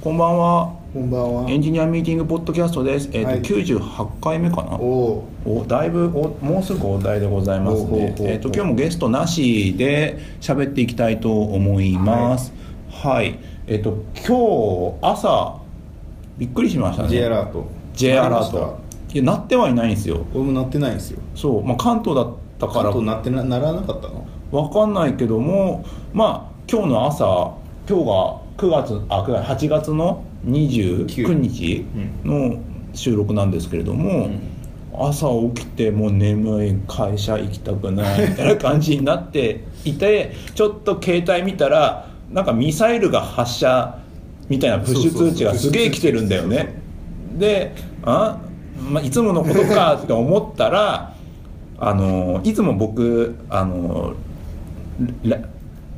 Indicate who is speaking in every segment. Speaker 1: こんばんは。
Speaker 2: こんばんは
Speaker 1: エ。ンジニアミーティングポッドキャストです。えっ、
Speaker 2: はい
Speaker 1: と、98回目かな。
Speaker 2: おお
Speaker 1: おだいぶおもうすぐお題でございます
Speaker 2: ほうほう
Speaker 1: ね
Speaker 2: ほう
Speaker 1: えっと今日もゲストなしで喋っていきたいと思いますはい、えっ、と今日朝びっくりしました
Speaker 2: ー。
Speaker 1: ね
Speaker 2: J アラート。
Speaker 1: J アラー
Speaker 2: 鳴りま
Speaker 1: ト
Speaker 2: し
Speaker 1: いやなってはいないんですよ
Speaker 2: た。俺も鳴ってないんですよ。
Speaker 1: そう、まあ、関東だったか
Speaker 2: 関
Speaker 1: ら
Speaker 2: 東鳴ってな鳴らなかったの？
Speaker 1: わかんないけどもまあ今日の朝今日が9月あ9月8月の29日の収録なんですけれども、
Speaker 2: ん
Speaker 1: 朝起きてもう眠い会社行きたくないみたいな感じになっていて ちょっと携帯見たらなんかミサイルが発射みたいなプッシュ通知がすげえ来てるんだよねであ、まあ、いつものことかって思ったら あのいつも僕あのラ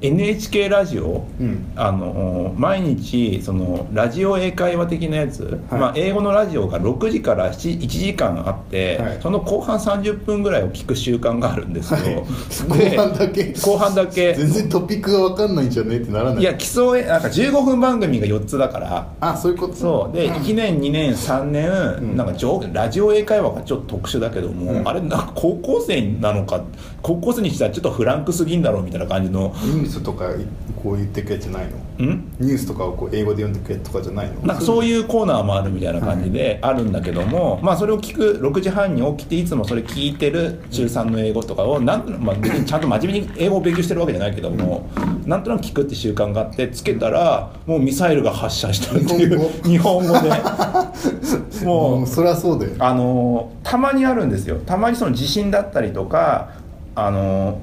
Speaker 1: NHK ラジオ、
Speaker 2: うん
Speaker 1: あの毎日そのラジオ英会話的なやつ、
Speaker 2: はい
Speaker 1: まあ、英語のラジオが6時から7 1時間あって、
Speaker 2: はい
Speaker 1: その後半30分ぐらいを聞く習慣があるんですよ、
Speaker 2: 後半だけ
Speaker 1: で後半だけ
Speaker 2: 全然トピックがわかんないんじゃねってならな
Speaker 1: い
Speaker 2: い。
Speaker 1: や基礎なんか15分番組が4つだから
Speaker 2: あそういうこと。
Speaker 1: そうで1年2年3年、
Speaker 2: うん
Speaker 1: なんか上ラジオ英会話がちょっと特殊だけども、
Speaker 2: うん
Speaker 1: あれなんか高校生なのか高校生にしたらちょっとフランクすぎんだろうみたいな感じの
Speaker 2: ニュースとかいこう言ってくやつじゃないの？
Speaker 1: ん
Speaker 2: ニュースとかをこう英語で読んでくやつとかじゃないの？
Speaker 1: なんかそう
Speaker 2: う
Speaker 1: いうコーナーもあるみたいな感じであるんだけども、まあそれを聞く6時半に起きていつもそれ聞いてる中3の英語とかをなんとなく、まあ、別にちゃんと真面目に英語を勉強してるわけじゃないけども、なんとなく聞くって習慣があってつけたらもうミサイルが発射したっていう日本語 でも
Speaker 2: も
Speaker 1: う
Speaker 2: うそりゃそうだよ。
Speaker 1: あのーたまにあるんですよたまにその地震だったりとかあの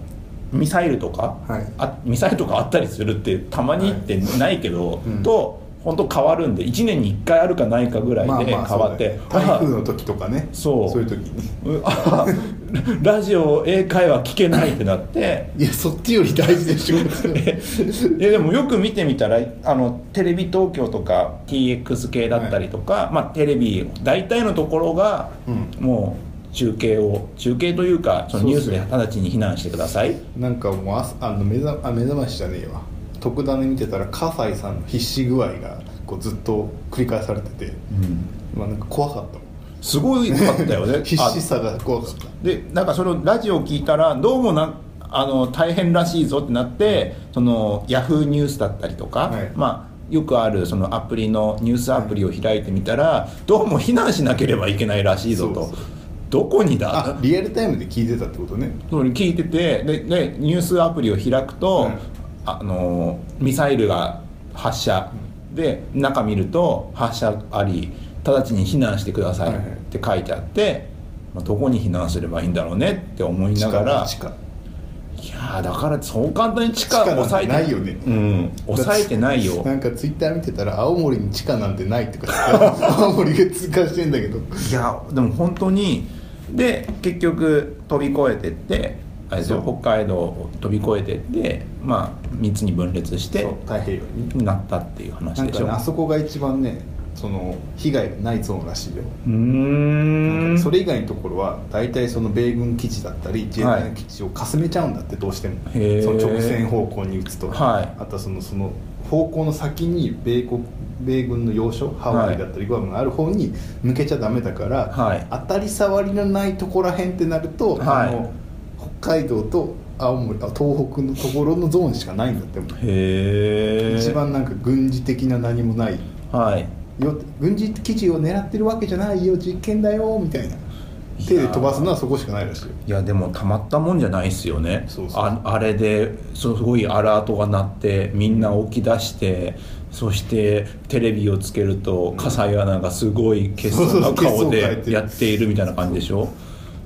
Speaker 1: ーミサイルとか、
Speaker 2: はい
Speaker 1: あミサイルとかあったりするってたまにってないけど、
Speaker 2: うん
Speaker 1: と本当変わるんで1年に1回あるかないかぐらい
Speaker 2: まあ
Speaker 1: で変
Speaker 2: まあそうだ
Speaker 1: わ
Speaker 2: よ
Speaker 1: って
Speaker 2: ね、台風の時とかね。
Speaker 1: そう
Speaker 2: そういう時に。
Speaker 1: うあラジオ英会話聞けないってなって。
Speaker 2: いやそっちより大事で しょ。
Speaker 1: いやでもよく見てみたらあのテレビ東京とか TX 系だったりとか、まあ、テレビ大体のところが、
Speaker 2: うん
Speaker 1: もう中継を中継というかそのニュースで
Speaker 2: そう
Speaker 1: 直ちに避難してください
Speaker 2: なんかもう朝あの目覚あ目覚ましじゃねえわ特ダネ見てたら葛西さんの必死具合がこうずっと繰り返されてて、まあ、なんか怖かったもん
Speaker 1: すごい良かったよ ね
Speaker 2: 必死
Speaker 1: あ
Speaker 2: さが怖かった
Speaker 1: でなんかそのラジオ聞いたらどうもなあの大変らしいぞってなってそのヤフーニュースだったりとか、
Speaker 2: はい
Speaker 1: まあよくあるそのアプリのニュースアプリを開いてみたらどうも避難しなければいけないらしいぞと
Speaker 2: そうそう
Speaker 1: どこにだ
Speaker 2: あリアルタイムで聞いてたってことね
Speaker 1: そう聞いててででニュースアプリを開くと、
Speaker 2: うん
Speaker 1: あのーミサイルが発射で中見ると発射あり直ちに避難してください
Speaker 2: はいはい
Speaker 1: って書いてあって、まあ、どこに避難すればいいんだろうねって思いながら
Speaker 2: 地下
Speaker 1: いやーだからそう簡単に地
Speaker 2: 地
Speaker 1: 下
Speaker 2: 下地下なん
Speaker 1: 抑え
Speaker 2: て
Speaker 1: て
Speaker 2: ないよね
Speaker 1: うん、抑えてない
Speaker 2: 地
Speaker 1: よ
Speaker 2: 下なんかツイッター見てたら青森に地下なんてないとか 青森が通過してんだけど
Speaker 1: いやでも本当にで結局飛び越えてってあれですよ
Speaker 2: そう
Speaker 1: 北海道を飛び越えてってまあ3つに分裂して
Speaker 2: そう太平洋に
Speaker 1: なったっていう話
Speaker 2: なん
Speaker 1: で
Speaker 2: か
Speaker 1: し
Speaker 2: ね、
Speaker 1: ょ
Speaker 2: あそこが一番ねその被害がないゾーンらしいよ
Speaker 1: うーん
Speaker 2: それ以外のところは大体その米軍基地だったり自衛隊の基地をかすめちゃうんだってどうしても、
Speaker 1: へー
Speaker 2: その直線方向に撃つと、
Speaker 1: はい
Speaker 2: あとはそのその方向の先に米国米軍の要所ハワイだったりグアムがある方に向けちゃダメだから、
Speaker 1: はい
Speaker 2: 当たり障りのないところらへんってなると、
Speaker 1: はい
Speaker 2: あの北海道と青森あ東北のところのゾーンしかないんだってもう
Speaker 1: へえ
Speaker 2: 一番なんか軍事的な何もない
Speaker 1: はい
Speaker 2: よ軍事基地を狙ってるわけじゃないよ実験だよみたいな手で飛ばすのはそこしかないらしいよ
Speaker 1: いやでもたまったもんじゃないっすよね
Speaker 2: そうそう
Speaker 1: ああれですごいアラートが鳴ってみんな起き出してそしてテレビをつけると笠井アナがすごい血相な
Speaker 2: そうそ
Speaker 1: 顔
Speaker 2: う血相変え
Speaker 1: で
Speaker 2: てる
Speaker 1: やっているみたいな感じでしょ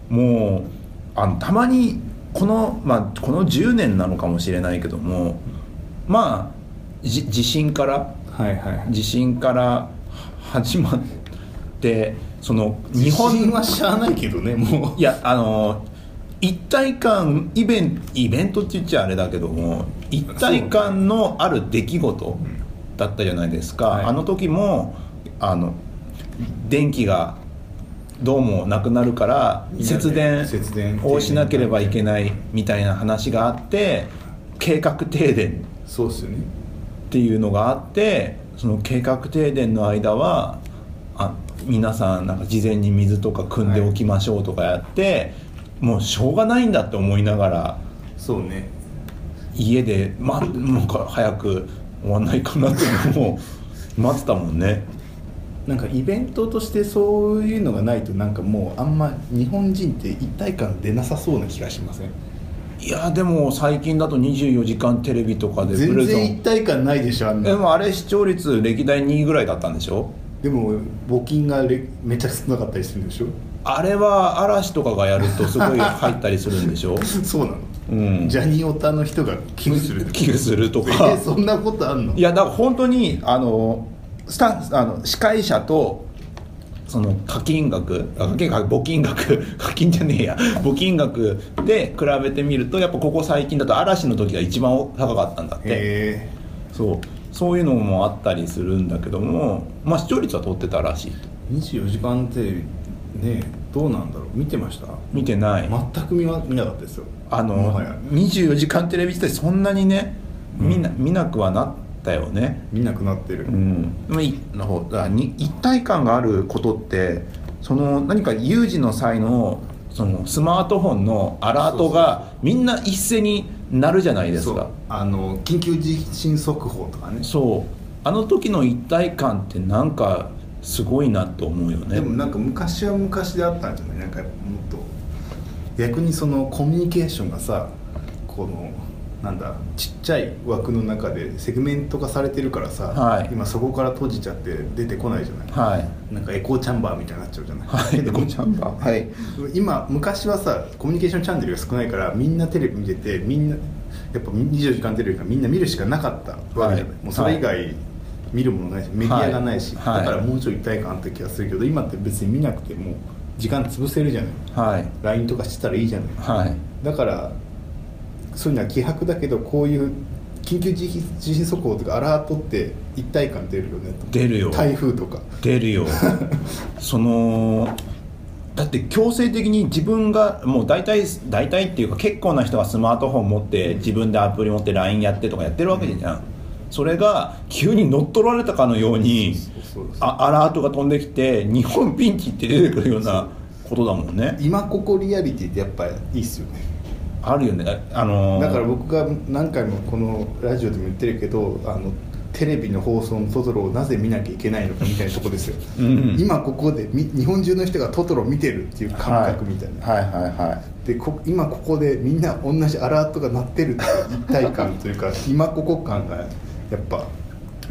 Speaker 1: もうあのたまにこの,、まあ、この10年なのかもしれないけどもまあじ地震から
Speaker 2: はいはい
Speaker 1: 地震から始まってその日
Speaker 2: 日本
Speaker 1: 本
Speaker 2: はしゃあないけどねもう
Speaker 1: いやあの一体感イベンイベントって言っちゃあれだけども一体感のある出来事だったじゃないですか、
Speaker 2: はい
Speaker 1: あの時もあの電気がどうもなくなるから
Speaker 2: みんなで
Speaker 1: 節電
Speaker 2: 節電
Speaker 1: をしなければいけないみたいな話があって計画停電
Speaker 2: そうっすよね
Speaker 1: っていうのがあってその計画停電の間はあ皆さんなんか事前に水とか汲んでおきましょうとかやって、もうしょうがないんだって思いながら
Speaker 2: そうね
Speaker 1: 家で、ま、もうか早く終わんないかなっていうのも待ってたもんね
Speaker 2: なんかイベントとしてそういうのがないとなんかもうあんま日本人って一体感出なさそうな気がしません
Speaker 1: いやでも最近だと『24時間テレビ』とかでブ
Speaker 2: 全
Speaker 1: ルゾ
Speaker 2: 然
Speaker 1: ン
Speaker 2: 一体感ないでしょあん
Speaker 1: で
Speaker 2: な
Speaker 1: もあれ視聴率歴代2位ぐらいだったんでしょ
Speaker 2: でも募金がれめっちゃ少なかったりするんでしょ
Speaker 1: あれは嵐とかがやるとすごい入ったりするんでし ょ
Speaker 2: そうなの、
Speaker 1: うん
Speaker 2: ジャニオタの人が寄付する
Speaker 1: 寄付するとか
Speaker 2: えそんな ことあんの
Speaker 1: いやだから本当にあのスタあの司会者とその課金額あ課金額募金額 課金じゃねえや募金額で比べてみるとやっぱここ最近だと嵐の時が一番高かったんだって
Speaker 2: へ
Speaker 1: そうそういうのもあったりするんだけども、まあ、視聴率は取ってたらしい
Speaker 2: え24時間テレビねどうなんだろう見てました
Speaker 1: 見てない、
Speaker 2: 全く見ま見なかったですよ
Speaker 1: あ
Speaker 2: も
Speaker 1: の
Speaker 2: はや
Speaker 1: 24時間テレビ自体そんなにね見な見なくはなったよね
Speaker 2: 見なくなってる、
Speaker 1: うん、でもいなるほどだからに一体感があることってその何か有事の際のそのスマートフォンのアラートがみんな一斉になるじゃないです
Speaker 2: そう
Speaker 1: か
Speaker 2: あの緊急地震速報とかね
Speaker 1: そうあの時の一体感ってなんかすごいなと思うよね
Speaker 2: でもなんか昔は昔であったんじゃないなんかもっと逆にそのコミュニケーションがさこのなんだちっちゃい枠の中でセグメント化されてるからさ、
Speaker 1: はい
Speaker 2: 今そこから閉じちゃって出てこないじゃない
Speaker 1: はい
Speaker 2: なんかエコーチャンバーみたいになっちゃうじゃない、
Speaker 1: はい
Speaker 2: で
Speaker 1: エコーチャンバーはい
Speaker 2: 今昔はさコミュニケーションチャンネルが少ないからみんなテレビ見ててみんなやっぱ24時間テレビがみんな見るしかなかったわけじゃない、
Speaker 1: はい
Speaker 2: もうそれ以外見るものないし、メディアがないし、
Speaker 1: はい
Speaker 2: だからもうちょい一体感あった気がするけど今って別に見なくても時間潰せるじゃない
Speaker 1: はい
Speaker 2: LINE とかしてたらいいじゃない
Speaker 1: はい
Speaker 2: だからそういうのは希薄だけどこういう緊急地震速報とかアラートって一体感出るよねと
Speaker 1: 出るよ
Speaker 2: 台風とか
Speaker 1: 出 るよそのだって強制的に自分がもう大体大体っていうか結構な人がスマートフォン持って自分でアプリ持って LINE やってとかやってるわけじゃん、それが急に乗っ取られたかのように
Speaker 2: そうそうそう
Speaker 1: あアラートが飛んできて日本ピンチって出てくるようなことだもんね
Speaker 2: 今ここリアリティってやっぱいいっすよね
Speaker 1: あるよねあのー
Speaker 2: だから僕が何回もこのラジオでも言ってるけどあのテレビの放送のトトロをなぜ見なきゃいけないのかみたいなとこですよ、
Speaker 1: うん
Speaker 2: 今ここでみ日本中の人がトトロを見てるっていう感覚みたいな、
Speaker 1: はいはいは
Speaker 2: でこ今ここでみんな同じアラートが鳴ってるっていう一体感とい うか今ここ感がやっぱ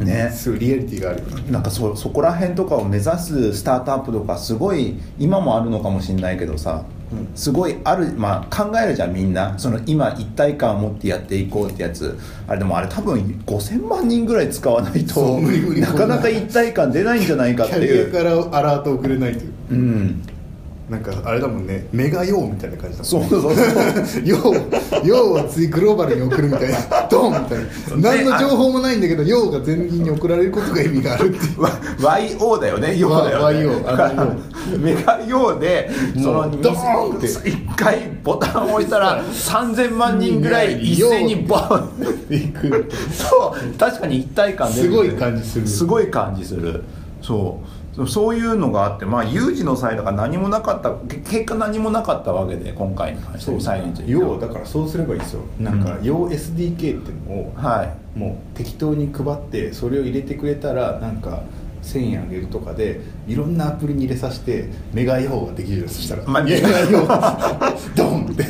Speaker 1: いね
Speaker 2: すごいリアリティがあるよね
Speaker 1: なんかそそこら辺とかを目指すスタートアップとかすごい今もあるのかもしれないけどさ、
Speaker 2: うん
Speaker 1: すごいある、まあ、考えるじゃんみんなその今一体感を持ってやっていこうってやつあれでもあれ多分5000万人ぐらい使わない
Speaker 2: そ
Speaker 1: と
Speaker 2: う無理無理
Speaker 1: なかなか一体感出ないんじゃない
Speaker 2: キ
Speaker 1: かって
Speaker 2: ャ リ
Speaker 1: い
Speaker 2: アか
Speaker 1: う、
Speaker 2: らアラート送れないという
Speaker 1: うん、
Speaker 2: なんかあれだもんねメガ用みたいな感じだもんね
Speaker 1: そうそうそう
Speaker 2: 要要は次グローバルに送るみたいな ドンみたいな何の情報もないんだけど要が全員に送られることが意味があるっていう
Speaker 1: わ YO だよね YO だよね
Speaker 2: YO あの
Speaker 1: メガ YO でその
Speaker 2: もうドーンって
Speaker 1: 1回ボタンを押したら3000万人ぐらい一斉にバーン
Speaker 2: いく
Speaker 1: そう確かに一体感出る
Speaker 2: すごい感じする
Speaker 1: すごい感じするそうそうそういうのがあってまあ有事の際だから何もなかったけ結果何もなかったわけで今回に関してサイレントに
Speaker 2: 要だからそうすればいいですよなんか
Speaker 1: うん
Speaker 2: 要 SDK ってのを
Speaker 1: は
Speaker 2: もう適当に配ってそれを入れてくれたらなんか1000円あげるとかでいろんなアプリに入れさせてメガ用ができるよそしたら、
Speaker 1: まあ
Speaker 2: メガ用 ドンって
Speaker 1: い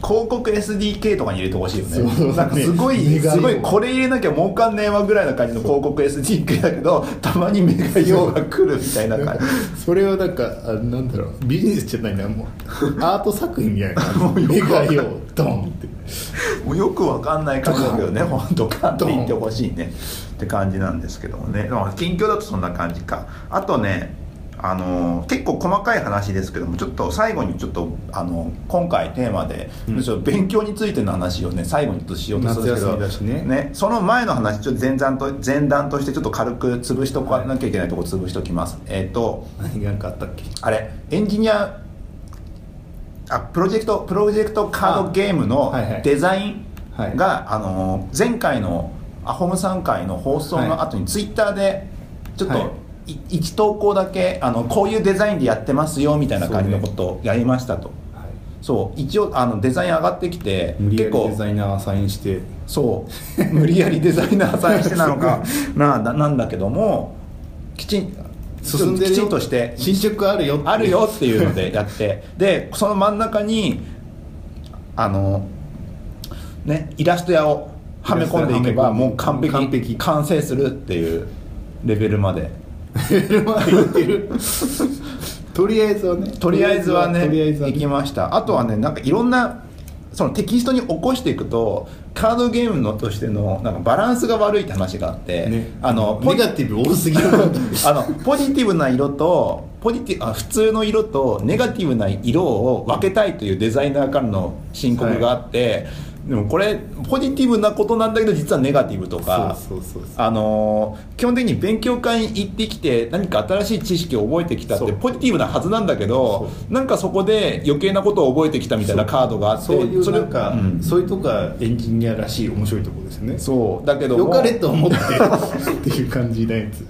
Speaker 1: 広告 SDK とかに入れてほしいよ
Speaker 2: そう
Speaker 1: ねなんかすごい、
Speaker 2: ね
Speaker 1: すご
Speaker 2: メガ
Speaker 1: い
Speaker 2: 用
Speaker 1: これ入れなきゃ儲かんねえわぐらいな感じの広告 SDK だけどたまにメガ用が来るみたいな感じ
Speaker 2: それはなんかあなんだろうビジネスじゃないなもうアート作品みたいな
Speaker 1: もうよ
Speaker 2: メ
Speaker 1: くわかん
Speaker 2: ガ
Speaker 1: ない
Speaker 2: 用ドンって
Speaker 1: もうよくわかんない感じだけどね本当かって
Speaker 2: ドン
Speaker 1: 言ってほしいねって感じなんですけどもねまあ近況だとそんな感じかあとねあの結構細かい話ですけどもちょっと最後にちょっとあの今回テーマで、
Speaker 2: うん
Speaker 1: ちょっと勉強についての話をね最後にちょっとしようとするんですけど
Speaker 2: 夏休みだしね
Speaker 1: その前の話ちょっと前段と前段としてちょっと軽く潰しとかなきゃいけないとこ潰しときます、えっ、と
Speaker 2: 何がなんかあったっけ
Speaker 1: あれエンジニアあプロジェクトプロジェクトカードゲームの
Speaker 2: あはいはい
Speaker 1: デザイン
Speaker 2: はい
Speaker 1: があの前回のアホムさん会の放送の後にツイッターでちょっと、
Speaker 2: はい
Speaker 1: い一投稿だけあのこういうデザインでやってますよみたいな感じのことをやりましたと
Speaker 2: はい
Speaker 1: そう,、一応あのデザイン上がってきて
Speaker 2: 無理や
Speaker 1: 結
Speaker 2: り
Speaker 1: 構
Speaker 2: デザイナーサインして
Speaker 1: そう 無理やりデザイナーさんしてなのかなななんだけどもきちん
Speaker 2: 進んでるよ
Speaker 1: きちんとして
Speaker 2: 進捗あるよっていう
Speaker 1: あるよっていうのでやってでその真ん中にあのねイラスト屋をはめ込んでいけば
Speaker 2: イラスト屋はめ込んで
Speaker 1: もう完璧
Speaker 2: 完璧
Speaker 1: 完成するっていうレベルまで
Speaker 2: まで行ってる とりあえずはね
Speaker 1: とりあえずはね
Speaker 2: とりあえずは
Speaker 1: 行きましたあとはねなんかいろんなそのテキストに起こしていくとカードゲームのとしてのなんかバランスが悪いって話があって、
Speaker 2: ね
Speaker 1: あの
Speaker 2: ネガティブ多すぎる
Speaker 1: あのポジティブな色とポジティあ普通の色とネガティブな色を分けたいというデザイナーからの申告があって、でもこれポジティブなことなんだけど実はネガティブとか
Speaker 2: そうそうそうそう
Speaker 1: あのー基本的に勉強会に行ってきて何か新しい知識を覚えてきたっ
Speaker 2: そ
Speaker 1: て
Speaker 2: う
Speaker 1: ポジティブなはずなんだけどなんかそこで余計なことを覚えてきたみたいなカードがあって
Speaker 2: そういう
Speaker 1: れ
Speaker 2: なんか、
Speaker 1: うん
Speaker 2: そういうとこがエンジニアらしい面白いところですよね
Speaker 1: そうだけども
Speaker 2: 良かれと思って っていう感じなやつ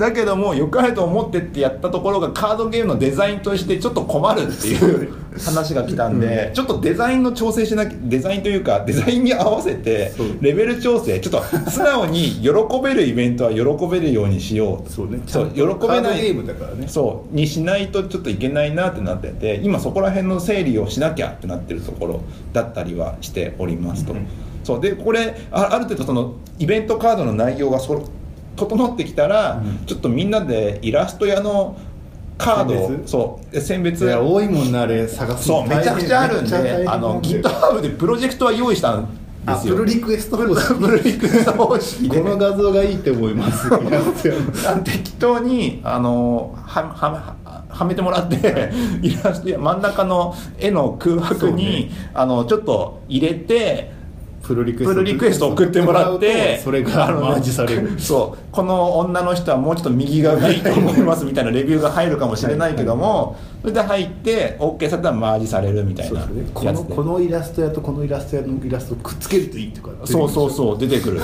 Speaker 1: だけども良かれと思ってってやったところがカードゲームのデザインとしてちょっと困るっていう話が来たんで、ちょっとデザインの調整しなきゃデザインというかデザインに合わせて
Speaker 2: そう
Speaker 1: レベル調整ちょっと素直に喜べるイベントは喜べるようにしよう
Speaker 2: そうね
Speaker 1: そう喜べない
Speaker 2: カードゲームだからね
Speaker 1: そうにしないとちょっといけないなってなってて今そこら辺の整理をしなきゃってなってるところだったりはしておりますと、
Speaker 2: うん
Speaker 1: そうでこれあある程度そのイベントカードの内容がそ整ってきたら、
Speaker 2: うん
Speaker 1: ちょっとみんなでイラスト屋のカード
Speaker 2: 選
Speaker 1: を
Speaker 2: 別
Speaker 1: そうで選別
Speaker 2: いや多いもんなあれ探す
Speaker 1: そ
Speaker 2: の
Speaker 1: うめちゃくちゃあるん
Speaker 2: めっちゃ大
Speaker 1: で
Speaker 2: 変
Speaker 1: あの
Speaker 2: なんだよ
Speaker 1: GitHub でプロジェクトは用意したんで
Speaker 2: あ
Speaker 1: す
Speaker 2: プ
Speaker 1: よ
Speaker 2: ロリクエスト方 式
Speaker 1: プロリクエスト方式
Speaker 2: こ
Speaker 1: で
Speaker 2: の画像がいいと思います
Speaker 1: あ適当にあのははははめてもらってイラストや真ん中の絵の空白に、あのちょっと入れて
Speaker 2: プロリク
Speaker 1: プルリクエスト送ってもらって
Speaker 2: それが
Speaker 1: あのね
Speaker 2: マージされ る
Speaker 1: そうこの女の人はもうちょっと右側がいいと思いますみたいなレビューが入るかもしれないけどもそれで入って OK されたらマージされるみたい
Speaker 2: そう
Speaker 1: な
Speaker 2: ですねこ
Speaker 1: や
Speaker 2: の
Speaker 1: つで
Speaker 2: このイラストやとこのイラストやのイラストをくっつけるといいとか
Speaker 1: そうそう
Speaker 2: う
Speaker 1: そう出てくる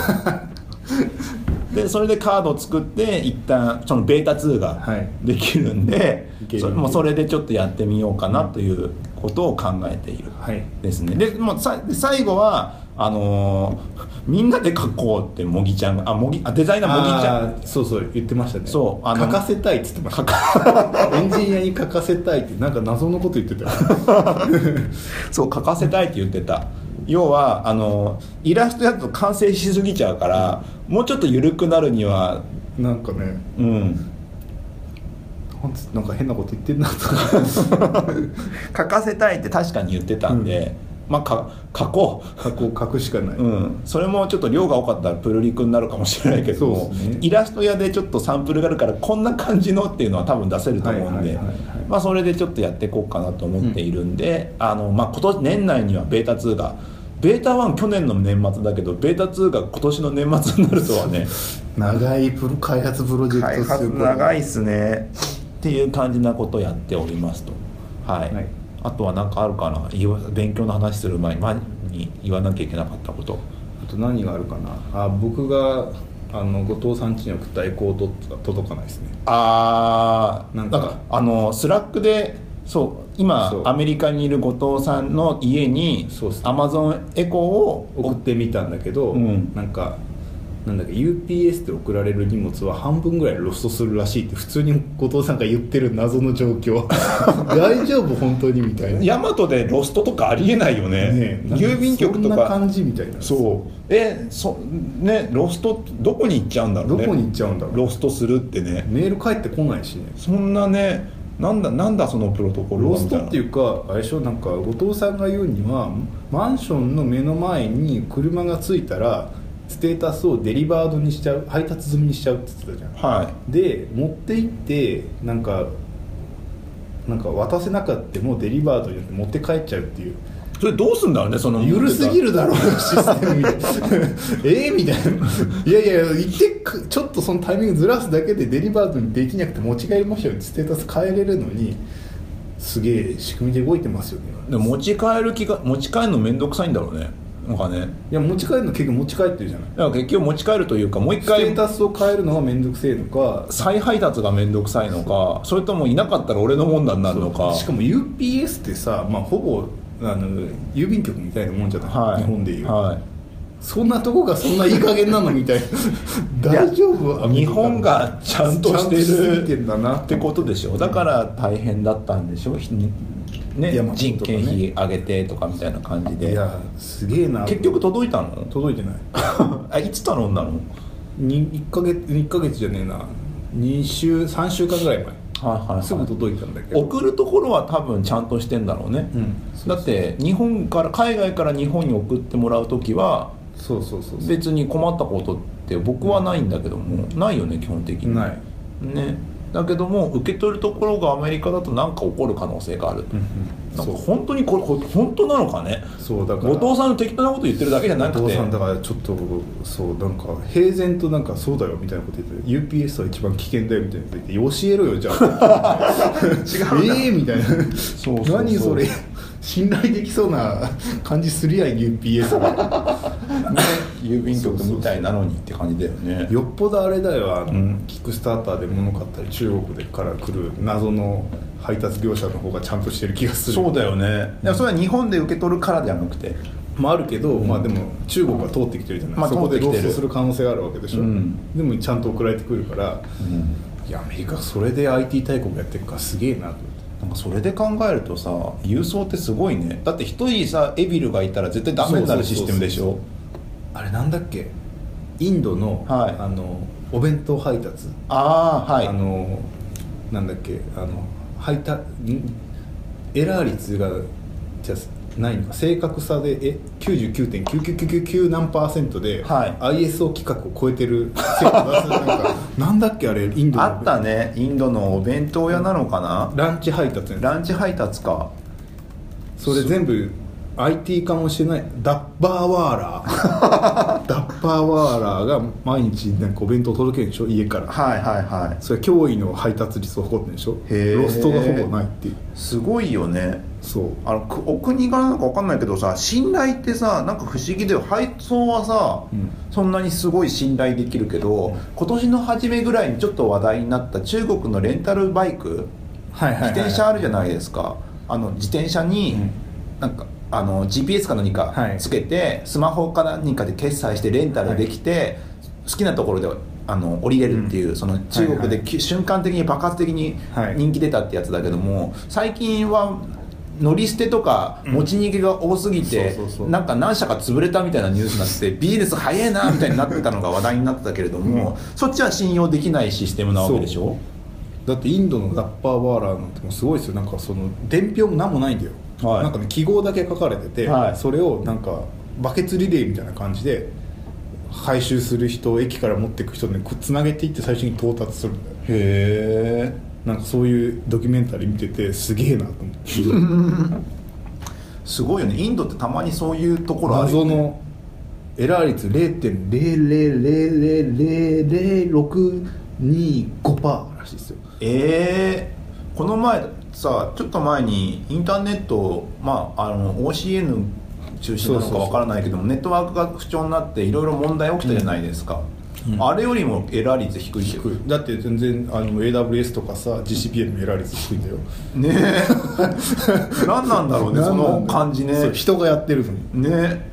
Speaker 1: でそれでカードを作って一旦そのベータ2が
Speaker 2: はい
Speaker 1: できるんで、
Speaker 2: いける
Speaker 1: それもうそれでちょっとやってみようかなということを考えている
Speaker 2: はい
Speaker 1: ですねでもうさで最後はあのーみんなで書こうってもぎちゃんがあもぎあデザイナーもぎちゃん
Speaker 2: あーそうそう言ってましたね
Speaker 1: そうあ
Speaker 2: 書
Speaker 1: の
Speaker 2: かせたいっつってまし
Speaker 1: 書か
Speaker 2: たエンジニアに書かせたいってなんか謎のこと言って たよ
Speaker 1: そう書かせたいって言ってた要はあのイラストだと完成しすぎちゃうからもうちょっと緩くなるには
Speaker 2: なんかね
Speaker 1: うん
Speaker 2: なんつなんか変なこと言ってんなとか
Speaker 1: 書かせたいって確かに言ってたんで、まあか書こ
Speaker 2: 書こう書くしかない、
Speaker 1: う、うん、それもちょっと量が多かったらプルリクになるかもしれないけども
Speaker 2: そうですね
Speaker 1: イラスト屋でちょっとサンプルがあるからこんな感じのっていうのは多分出せると思うんで
Speaker 2: はいはいはいはい
Speaker 1: まあそれでちょっとやっていこうかなと思っているんで、あのまあ、今年年内にはベータ2が。ベータ1去年の年末だけどベータ2が今年の年末になるとは ね
Speaker 2: 長いプロ開発プロジェクトする
Speaker 1: いっすねっていう感じなことをやっておりますとはい、
Speaker 2: はい
Speaker 1: あとは何かあるかな言わ勉強の話する前に前に言わなきゃいけなかったこと
Speaker 2: あと何があるかなあ僕があの後藤さん家に送ったエコードが届かないですね
Speaker 1: あーな
Speaker 2: な
Speaker 1: んん
Speaker 2: か
Speaker 1: かあのスラックでそう今
Speaker 2: そう
Speaker 1: アメリカにいる後藤さんの家に
Speaker 2: そうっす
Speaker 1: アマゾンエコーを
Speaker 2: 送ってみたんだけど、
Speaker 1: うん
Speaker 2: なんかなんだっけ UPS で送られる荷物は半分ぐらいロストするらしいって普通に後藤さんが言ってる謎の状 況大丈夫本当にみたいな
Speaker 1: ヤマトでロストとかありえないよね
Speaker 2: ねえなんか
Speaker 1: 郵便局と
Speaker 2: そんな
Speaker 1: か
Speaker 2: 感じみたいな
Speaker 1: そうえそねロストどこに行っちゃうんだろうね
Speaker 2: どこに行っちゃうんだろう
Speaker 1: ロストするってね
Speaker 2: メール返ってこないしね
Speaker 1: そんなねなんだなんだそのプロトコル
Speaker 2: ロ
Speaker 1: は
Speaker 2: ス
Speaker 1: みた
Speaker 2: ト
Speaker 1: いな
Speaker 2: っていうかあれでしょなんか後藤さんが言うにはマンションの目の前に車がついたらステータスをデリバードにしちゃう配達済みにしちゃうって言ってたじゃん
Speaker 1: は
Speaker 2: で持って行ってなんかなんか渡せなかったもうデリバードに持って帰っちゃうっていう
Speaker 1: いそれどうすんだろうねその
Speaker 2: 緩すぎるだろうシステムみたいな ええみたいないやいや行ってくちょっとそのタイミングずらすだけでデリバードにできなくて持ち帰りましょうよってステータス変えれるのにすげえ仕組みで動いてますよね
Speaker 1: でも持ち帰る気が持ち帰るの面倒くさいんだろうねなんかね
Speaker 2: いや持ち帰るの結局持ち帰ってるじゃない
Speaker 1: だから結局持ち帰るというかもう一
Speaker 2: ステ
Speaker 1: 回
Speaker 2: ータスを変えるのが面倒くせえのか
Speaker 1: 再配達が面倒くさいのかそれともいなかったら俺のもんだになるのか
Speaker 2: しかも UPS ってさ、まあ、ほぼあの郵便局みたいなもんじゃない、
Speaker 1: はい
Speaker 2: 日本でいう、
Speaker 1: は
Speaker 2: そんなとこがそんないい加減なのみたい な
Speaker 1: いや
Speaker 2: 大丈夫アメ
Speaker 1: 日
Speaker 2: リカ
Speaker 1: 本がちゃんとして
Speaker 2: ちゃんとし
Speaker 1: る
Speaker 2: てんだなっ
Speaker 1: ってことでしょだから大変だったんでしょひね
Speaker 2: いやまあ
Speaker 1: 人件費上げてとかみたいな感じ
Speaker 2: い
Speaker 1: で
Speaker 2: やすげえな
Speaker 1: 結局届いた の
Speaker 2: 届いてない
Speaker 1: あいつ頼んだのはい
Speaker 2: に1か月1ヶ月じゃねえな2週3週間ぐらい
Speaker 1: はい、は
Speaker 2: 前
Speaker 1: い、
Speaker 2: すぐ届いたんだけど、
Speaker 1: 送るところは多分ちゃんとしてんだろうね、
Speaker 2: うん
Speaker 1: だって日本から海外から日本に送ってもらう時は
Speaker 2: そうそうそうそう
Speaker 1: 別に困ったことって僕はないんだけどもないよね基本的に
Speaker 2: ない、
Speaker 1: ねだけども受け取るところがアメリカだと何か起こる可能性がある、なん
Speaker 2: そ
Speaker 1: か
Speaker 2: う
Speaker 1: 本当にこれこれ本当なのかね
Speaker 2: そうだから
Speaker 1: 後藤さんの適当なこと言ってるだけじゃなく
Speaker 2: お父
Speaker 1: て
Speaker 2: さんだからちょっとそうなんか平然となんかそうだよみたいなこと言ってて UPS は一番危険だよみたいなこと言って教えろよじゃあ違うええみたいな
Speaker 1: うそうそう
Speaker 2: 何それ信頼できそうな感じするやん UPS が
Speaker 1: ね郵便局みたいなのにって感じだよね
Speaker 2: よっぽどあれだよあの、
Speaker 1: うん
Speaker 2: キックスターターで物買ったり中国でから来る謎の配達業者の方がちゃんとしてる気がする
Speaker 1: そうだよね、いやそれは日本で受け取るからじゃなくて
Speaker 2: まああるけど、まあでも中国は通ってきてるじゃない、
Speaker 1: まあ
Speaker 2: そこで
Speaker 1: 通っ
Speaker 2: ロ
Speaker 1: てき
Speaker 2: ス
Speaker 1: てる
Speaker 2: する可能性があるわけでしょ、
Speaker 1: うん
Speaker 2: でもちゃんと送られてくるから、いやアメリカそれで IT 大国やってるからすげえなと思って
Speaker 1: なんかそれで考えるとさ郵送ってすごいねだって一人さエビルがいたら絶対ダメになるシステムでし
Speaker 2: そう
Speaker 1: ょ
Speaker 2: あれなんだっけインドの,、
Speaker 1: はい
Speaker 2: あのお弁当配達、
Speaker 1: ああはい
Speaker 2: あのなんだっけあの配達んエラー率がじゃないのか正確さでえ99.99999何パーセントで、
Speaker 1: は
Speaker 2: ISO 規格を超えてる成果を出すなんかなんだっけあれインドの
Speaker 1: あったねインドのお弁当屋なのかな、
Speaker 2: ランチ配達ね
Speaker 1: ランチ配達か
Speaker 2: それ全部 IT 化もしてないダッバーワー ラーダッバーワーラーが毎日なんかお弁当届けるでしょ家から
Speaker 1: はいはいはい
Speaker 2: それ驚異の配達率を誇ってるでしょ
Speaker 1: へー
Speaker 2: ロストがほぼないっていう
Speaker 1: すごいよね
Speaker 2: そう
Speaker 1: あのくお国柄なのか分かんないけどさ信頼ってさなんか不思議だよ配送はさ、
Speaker 2: うん
Speaker 1: そんなにすごい信頼できるけど、今年の初めぐらいにちょっと話題になった中国のレンタルバイク
Speaker 2: はいはいはい
Speaker 1: 自転車あるじゃないですか、あの自転車に、
Speaker 2: うん
Speaker 1: なんかあの GPS か何か
Speaker 2: はい
Speaker 1: つけて、スマホか何かで決済してレンタルできて、好きなところであの降りれるっていう、
Speaker 2: うん
Speaker 1: その中国
Speaker 2: はい
Speaker 1: で
Speaker 2: は
Speaker 1: き瞬間的に爆発的に
Speaker 2: はい
Speaker 1: 人気出たってやつだけども、最近は乗り捨てとか持ち逃げが多すぎて、
Speaker 2: そうそうそう
Speaker 1: なんか何社か潰れたみたいなニュースになっててビジネス早えなみたいになってたのが話題になってたけれども、そっちは信用できないシステムなわけでしょ
Speaker 2: だってインドのダッパーワーラーなんてもうすごいですよなんかその伝票も何もないんだよ、
Speaker 1: はい
Speaker 2: なんかね記号だけ書かれてて、
Speaker 1: はい
Speaker 2: それをなんかバケツリレーみたいな感じで回収する人駅から持っていく人にくつなげていって最終的に到達するんだよ
Speaker 1: へえ
Speaker 2: なんかそういうドキュメンタリー見ててすげえなと思って
Speaker 1: すごいよねインドってたまにそういうところあるよ
Speaker 2: 謎
Speaker 1: ね
Speaker 2: のエラー率0.0000625%らしいですよ
Speaker 1: えー、この前さちょっと前にインターネット、まあ、あの OCN 中心なの
Speaker 2: そうそう
Speaker 1: か
Speaker 2: そう
Speaker 1: わからないけどもネットワークが不調になっていろいろ問題起きたじゃないですか、
Speaker 2: うん
Speaker 1: あれよりもエラー率低い低
Speaker 2: 低いだって全然あの AWS とかさ GCP のエラー率低いんだよ
Speaker 1: ねえ 何なんだろうねその感じね
Speaker 2: そう人がやってるのに
Speaker 1: ね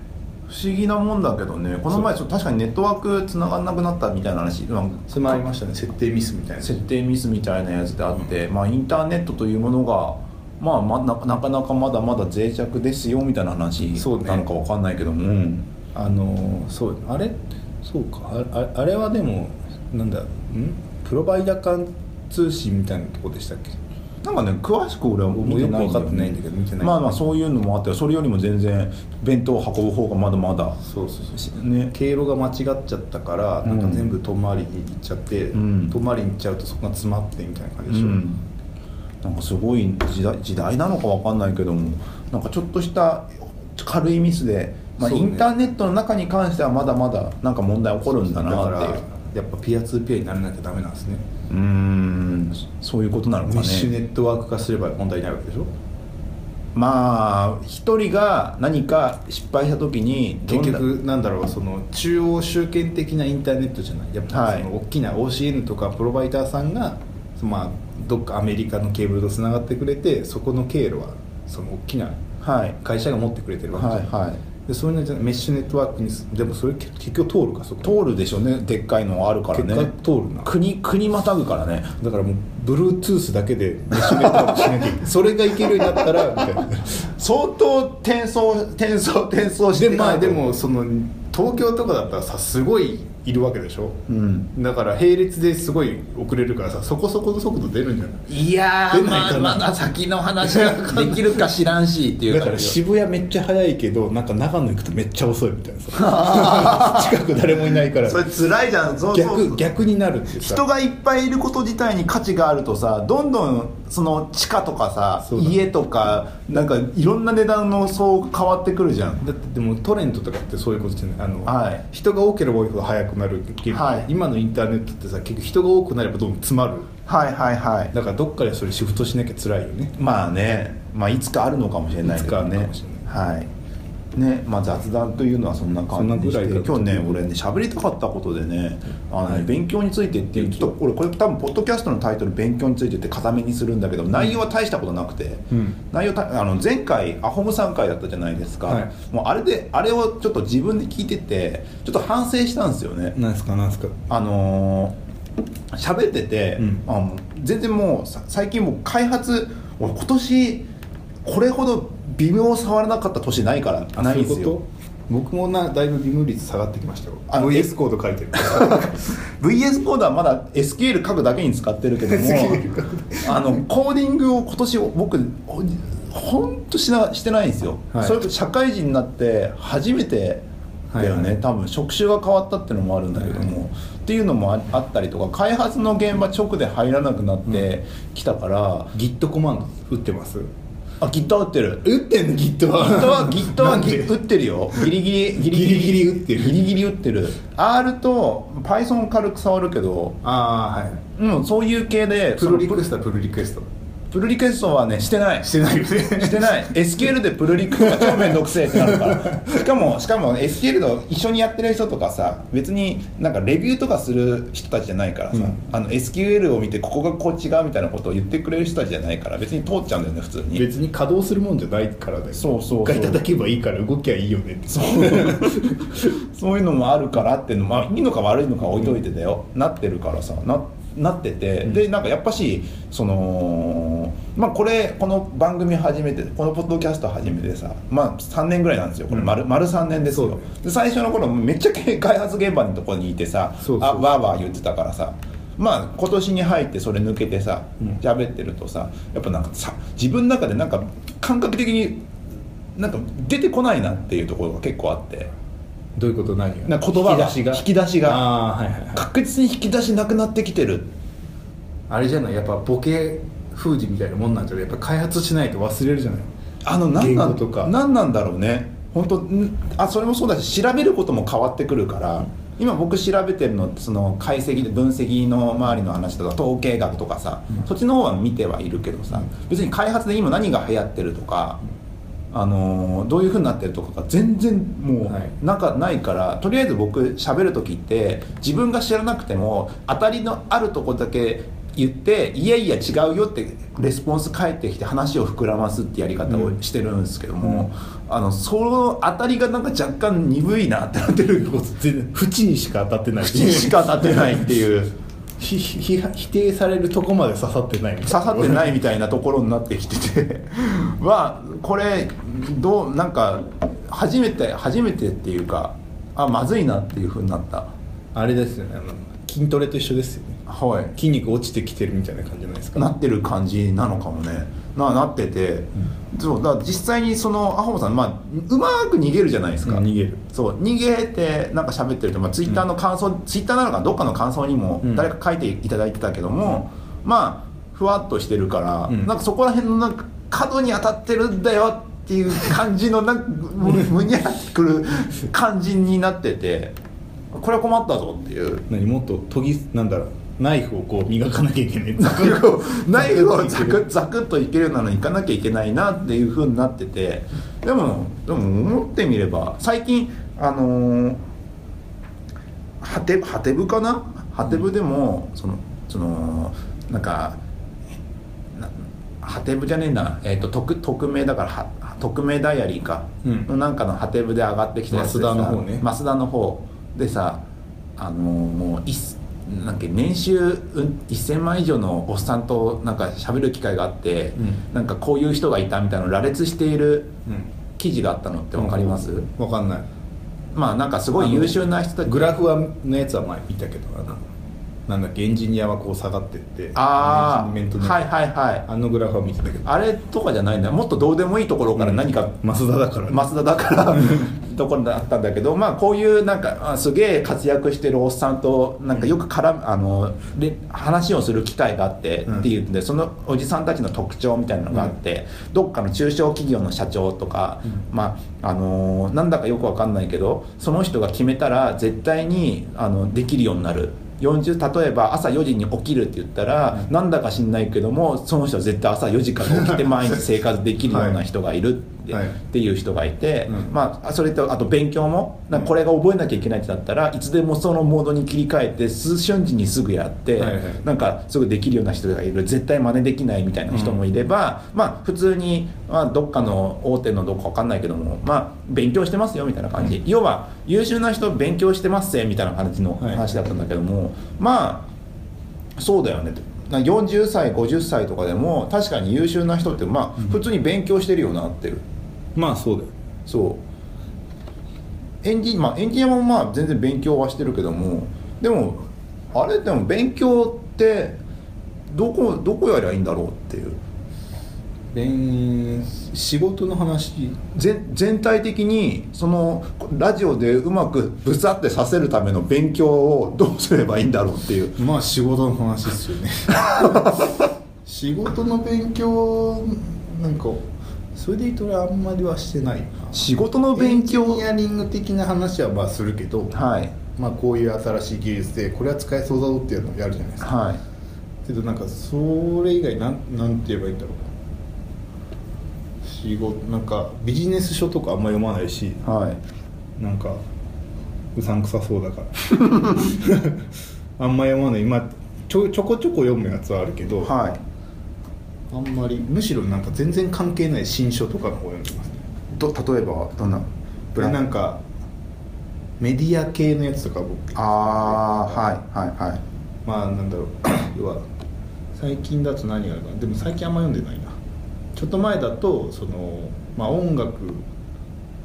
Speaker 1: 不思議なもんだけどねこの前ちょっと確かにネットワーク繋がんなくなったみたいな話まあ
Speaker 2: それもありましたね設定ミスみたいな
Speaker 1: 設定ミスみたいなやつであって、まあ、インターネットというものが、まあ、まななかなかまだまだ脆弱ですよみたいな話
Speaker 2: そうね
Speaker 1: なのかわかんないけども、うん
Speaker 2: あのそうあれそうかあああれはでもなんだんプロバイダ間通信みたいなとこでしたっけ
Speaker 1: なんかね詳しく俺は見てない
Speaker 2: よくわかってないんだけど見てない
Speaker 1: まあまあそういうのもあってそれよりも全然弁当を運ぶ方がまだまだ
Speaker 2: そうそうそう
Speaker 1: ね
Speaker 2: 経路が間違っちゃったからなんか全部遠回りに行っちゃって、
Speaker 1: うん
Speaker 2: 遠回りに行っちゃうとそこが詰まってみたいな感じ
Speaker 1: う
Speaker 2: でしょ、
Speaker 1: んなんかすごい時代時代なのかわかんないけどもなんかちょっとした軽いミスで、まあ
Speaker 2: そう
Speaker 1: イ
Speaker 2: ね
Speaker 1: ンターネットの中に関してはまだまだなんか問題起こるんだ
Speaker 2: だか
Speaker 1: なっていう。
Speaker 2: らやっぱピア 2P にならなきゃダメなんですね
Speaker 1: うーんそういうことなの
Speaker 2: メ
Speaker 1: か
Speaker 2: ッシュネ
Speaker 1: ね
Speaker 2: ットワーク化すれば問題ないわけでしょ
Speaker 1: まあ一人が何か失敗した時にどん
Speaker 2: 結
Speaker 1: な
Speaker 2: 局なんだろうその中央集権的なインターネットじゃないやっぱ
Speaker 1: はい
Speaker 2: その大きな OCN とかプロバイダーさんがそのまあどっかアメリカのケーブルとつながってくれてそこの経路はその大きな
Speaker 1: はい
Speaker 2: 会社が持ってくれてるわけじゃ
Speaker 1: は
Speaker 2: ん
Speaker 1: いはい
Speaker 2: でそういうのじゃメッシュネットワークにすでもそれ結結局通るかそこ
Speaker 1: 通るでしょうねでっかいのはあるから
Speaker 2: 結
Speaker 1: ね
Speaker 2: 果通るな
Speaker 1: 国国またぐからね
Speaker 2: だからもう Bluetooth だけでメッシュネットワークしなきゃ いけないそれがいけるようになったらみたいな
Speaker 1: 相当転送転送転送して
Speaker 2: でまあ
Speaker 1: ないと
Speaker 2: でもその東京とかだったらさすごいいるわけでしょ
Speaker 1: うん
Speaker 2: だから並列ですごい遅れるからさそこそこの速度出るんじゃない
Speaker 1: いや
Speaker 2: 出
Speaker 1: ー
Speaker 2: ない
Speaker 1: まあ
Speaker 2: かな
Speaker 1: まだ先の話ができるか知らんしっていう
Speaker 2: だから渋谷めっちゃ早いけどなんか長野行くとめっちゃ遅いみたいなさ 近く誰もいないから
Speaker 1: それ辛いじゃんそうそう
Speaker 2: 逆逆になるってさ
Speaker 1: 人がいっぱいいること自体に価値があるとさどんどんその地価とかさ
Speaker 2: そうだね
Speaker 1: 家とかなんかいろんな値段のそう変わってくるじゃん
Speaker 2: だってでもトレンドとかってそういうことじゃないあの、
Speaker 1: はい
Speaker 2: 人が多ければ多いほど速くなるけど、
Speaker 1: はい
Speaker 2: 今のインターネットってさ結局人が多くなればどんどん詰まる
Speaker 1: はいはいはい
Speaker 2: だからどっかでそれシフトしなきゃ辛いよね
Speaker 1: まあね、まあ、いつかあるのかもしれないけど
Speaker 2: いつかある
Speaker 1: ね
Speaker 2: かもしれ
Speaker 1: はいねまあ、雑談というのはそんな感じで
Speaker 2: そんなぐらいか
Speaker 1: 今日ね俺ね喋りたかったことでねあのね、
Speaker 2: はい
Speaker 1: 勉強についてっていうちょっと俺これ多分ポッドキャストのタイトル「勉強について」って固めにするんだけど内容は大したことなくて、
Speaker 2: うん
Speaker 1: 内容たあの前回アホムさん回だったじゃないですか、
Speaker 2: はい
Speaker 1: もうあれであれをちょっと自分で聞いててちょっと反省したんですよね、
Speaker 2: なんすかなんすか
Speaker 1: あのー喋ってて、
Speaker 2: うん
Speaker 1: あの全然もうさ最近もう開発俺今年これほど微妙を触らなかった年ないからないんですよ
Speaker 2: 僕もなだいぶビム率下がってきましたよ
Speaker 1: あ
Speaker 2: VS コード書い てる
Speaker 1: VS コードはまだ SQL 書くだけに使ってるけども
Speaker 2: SQL 書
Speaker 1: あのコーディングを今年僕ほほんとしなしてないんですよ、
Speaker 2: はい
Speaker 1: それと社会人になって初めてだよね、
Speaker 2: はいはい
Speaker 1: 多分職種が変わったっていうのもあるんだけども、っていうのもああったりとか開発の現場直で入らなくなってきたから、
Speaker 2: Git コマンド打ってます
Speaker 1: あ Git は打ってる
Speaker 2: 打ってんの Git は
Speaker 1: Git は Git は
Speaker 2: なんで
Speaker 1: ぎ打ってるよギリギリギリギリ
Speaker 2: ギリギリ打ってる
Speaker 1: ギリギリ打ってる R と Python を軽く触るけど
Speaker 2: ああはい
Speaker 1: うん、そういう系で
Speaker 2: プロリク
Speaker 1: そ
Speaker 2: エス
Speaker 1: の
Speaker 2: トはプロリクエスト
Speaker 1: プロリクエストはねしてない
Speaker 2: してないよね
Speaker 1: してない SQL でプロリクが超面倒くせえってなるからしかもしかも SQL と一緒にやってる人とかさ別になんかレビューとかする人たちじゃないからさ、
Speaker 2: うん
Speaker 1: あの SQL を見てここがこう違うみたいなことを言ってくれる人たちじゃないから別に通っちゃうんだよね普通に
Speaker 2: 別に稼働するもんじゃないからだよ
Speaker 1: そうそうそう
Speaker 2: 一回叩けばいいから動きゃいいよねって
Speaker 1: そうそういうのもあるからっていうのまあいいのか悪いのか置いといてだよ、なってるからさななってて、
Speaker 2: うん
Speaker 1: でなんかやっぱしそのまあこれこの番組初めてこのポッドキャスト初めてさまあ3年ぐらいなんですよこれ
Speaker 2: うん
Speaker 1: 丸,、丸3年です
Speaker 2: そ
Speaker 1: よ
Speaker 2: う
Speaker 1: で最初の頃めっちゃ 開発現場のところにいてさ
Speaker 2: そうそう
Speaker 1: あわーわー言ってたからさまあ今年に入ってそれ抜けてさ
Speaker 2: うん
Speaker 1: 喋ってるとさやっぱなんかさ自分の中でなんか感覚的になんか出てこないなっていうところが結構あって
Speaker 2: どういうこと何が
Speaker 1: なんか言葉が
Speaker 2: 引き出しが
Speaker 1: 引き出しが
Speaker 2: ああはいはいはい
Speaker 1: 確実に引き出しなくなってきてる
Speaker 2: あれじゃないやっぱボケ封じみたいなもんなんじゃないやっぱ開発しないと忘れるじゃない
Speaker 1: あの何なん
Speaker 2: 言語とか
Speaker 1: 何なんだろうね本当んあそれもそうだし調べることも変わってくるから、今僕調べてるのその解析で分析の周りの話とか統計学とかさ、
Speaker 2: うん
Speaker 1: そっちの方は見てはいるけどさ、別に開発で今何が流行ってるとか、あのーどういうふうになってるとかが全然も
Speaker 2: はいう
Speaker 1: なんかないから、とりあえず僕喋る時って自分が知らなくても当たりのあるとこだけ言って「いやいや違うよ」ってレスポンス返ってきて話を膨らますってやり方をしてるんですけども、あのその当たりがなんか若干鈍いなってなってる
Speaker 2: 全然縁にしか当たってない
Speaker 1: 口しか当たってないっていう。
Speaker 2: ひひ否定されるとこまで刺さってないみたい
Speaker 1: 刺さってないいみたいなところになってきてて はこれどうなんか初めて初めてっていうかあまずいなっていうふうになった
Speaker 2: あれですよねあの筋トレと一緒ですよね
Speaker 1: はい
Speaker 2: 筋肉落ちてきてるみたいな感じじゃないですか
Speaker 1: なってる感じなのかもねななってて、そうだから実際にそのアホさん、まあ、うまく逃げるじゃないですか、
Speaker 2: うん逃げる
Speaker 1: そう逃げてなんか喋ってると、まあ、ツイッターの感想、ツイッターなのかどっかの感想にも
Speaker 2: うん
Speaker 1: 誰か書いていただいてたけども、まあふわっとしてるから、
Speaker 2: うん
Speaker 1: なんかそこら辺のなんか角に当たってるんだよっていう感じのなんかむむにゃってくる感じになっててこれは困ったぞっていう
Speaker 2: 何もっと研ぎなんだろうナイフをこう磨かなきゃ いけない
Speaker 1: ナイフをザクザクッといけるようなのにいかなきゃいけないなっていうふうになっててでもでも思ってみれば最近あのーハテハテブかなハテブでもそのそのなんかなハテブじゃねえな、えー、と匿匿名だからは匿名ダイアリーか、
Speaker 2: うん
Speaker 1: のなんかのハテブで上がってきたやつでさ
Speaker 2: 増田の方ね
Speaker 1: 増田の方でさあのーもういっなんか年収うん1000万以上のおっさんとなんか喋る機会があって、
Speaker 2: うん
Speaker 1: なんかこういう人がいたみたいなの羅列している
Speaker 2: うん
Speaker 1: 記事があったのってわかります、
Speaker 2: わかんない
Speaker 1: まあなんかすごい優秀な人たち
Speaker 2: グラフはのやつは前見たけどななんだっけエンジニアはこう下がってって
Speaker 1: あ
Speaker 2: マネジメント
Speaker 1: あ
Speaker 2: の
Speaker 1: はいはいはい
Speaker 2: あのグラフは見てたけど
Speaker 1: あれとかじゃないんだよもっとどうでもいいところから何か
Speaker 2: 増田だからね
Speaker 1: 増田だからところだったんだけどまあこういうなんかあすげえ活躍してるおっさんとなんかよく絡むあので話をする機会があって
Speaker 2: うん
Speaker 1: っていうんでそのおじさんたちの特徴みたいなのがあってどっかの中小企業の社長とか
Speaker 2: う
Speaker 1: まああのーなんだかよくわかんないけどその人が決めたら絶対にあのできるようになる。40例えば朝4時に起きるって言ったら、
Speaker 2: うん
Speaker 1: なんだか知んないけどもその人は絶対朝4時から起きて毎日生活できるような人がいるって,、
Speaker 2: はい
Speaker 1: っていう人がいて、
Speaker 2: うん
Speaker 1: まあ、それとあと勉強もなんかこれが覚えなきゃいけないってなったらいつでもそのモードに切り替えてす瞬時にすぐやって、
Speaker 2: はいはい
Speaker 1: なんかすぐできるような人がいる絶対真似できないみたいな人もいれば、まあ普通に、まあ、どっかの大手のどこかわかんないけども、まあ、勉強してますよみたいな感じ、要は優秀な人勉強してますぜみたいな感じの
Speaker 2: はい
Speaker 1: 話だったんだけども、まあそうだよねとな40歳50歳とかでも確かに優秀な人ってまあ普通に勉強してるよなっていう
Speaker 2: まあそうだよ
Speaker 1: そうエンジンまあエンジニアもまあ全然勉強はしてるけどもでもあれでも勉強ってどこどこやりゃいいんだろうっていう
Speaker 2: 勉仕事の話
Speaker 1: 全全体的にそのラジオでうまくブサってさせるための勉強をどうすればいいんだろうっていう
Speaker 2: まあ仕事の話です よね仕事の勉強なんかそれで言うと俺あんまりはしてないな
Speaker 1: 仕事の勉
Speaker 2: エンジ
Speaker 1: 強
Speaker 2: ニアリング的な話はまあするけど、
Speaker 1: はい
Speaker 2: まあ、こういう新しい技術でこれは使えそうだぞっていうのをやるじゃないですか
Speaker 1: はい
Speaker 2: けどなんかそれ以外なんなんて言えばいいんだろう仕事なんかビジネス書とかあんま読まないし
Speaker 1: はい
Speaker 2: なんかうさんくさそうだから あんま読まない今ちょちょこちょこ読むやつはあるけど、
Speaker 1: はい
Speaker 2: あんまりむしろなんか全然関係ない新書とかの方読んでますね
Speaker 1: ど例えばどんな
Speaker 2: でなんかメディア系のやつとか僕
Speaker 1: ああはいはいはい
Speaker 2: まあなんだろう 要は最近だと何があるかなでも最近あんま読んでないなちょっと前だとその、まあ、音楽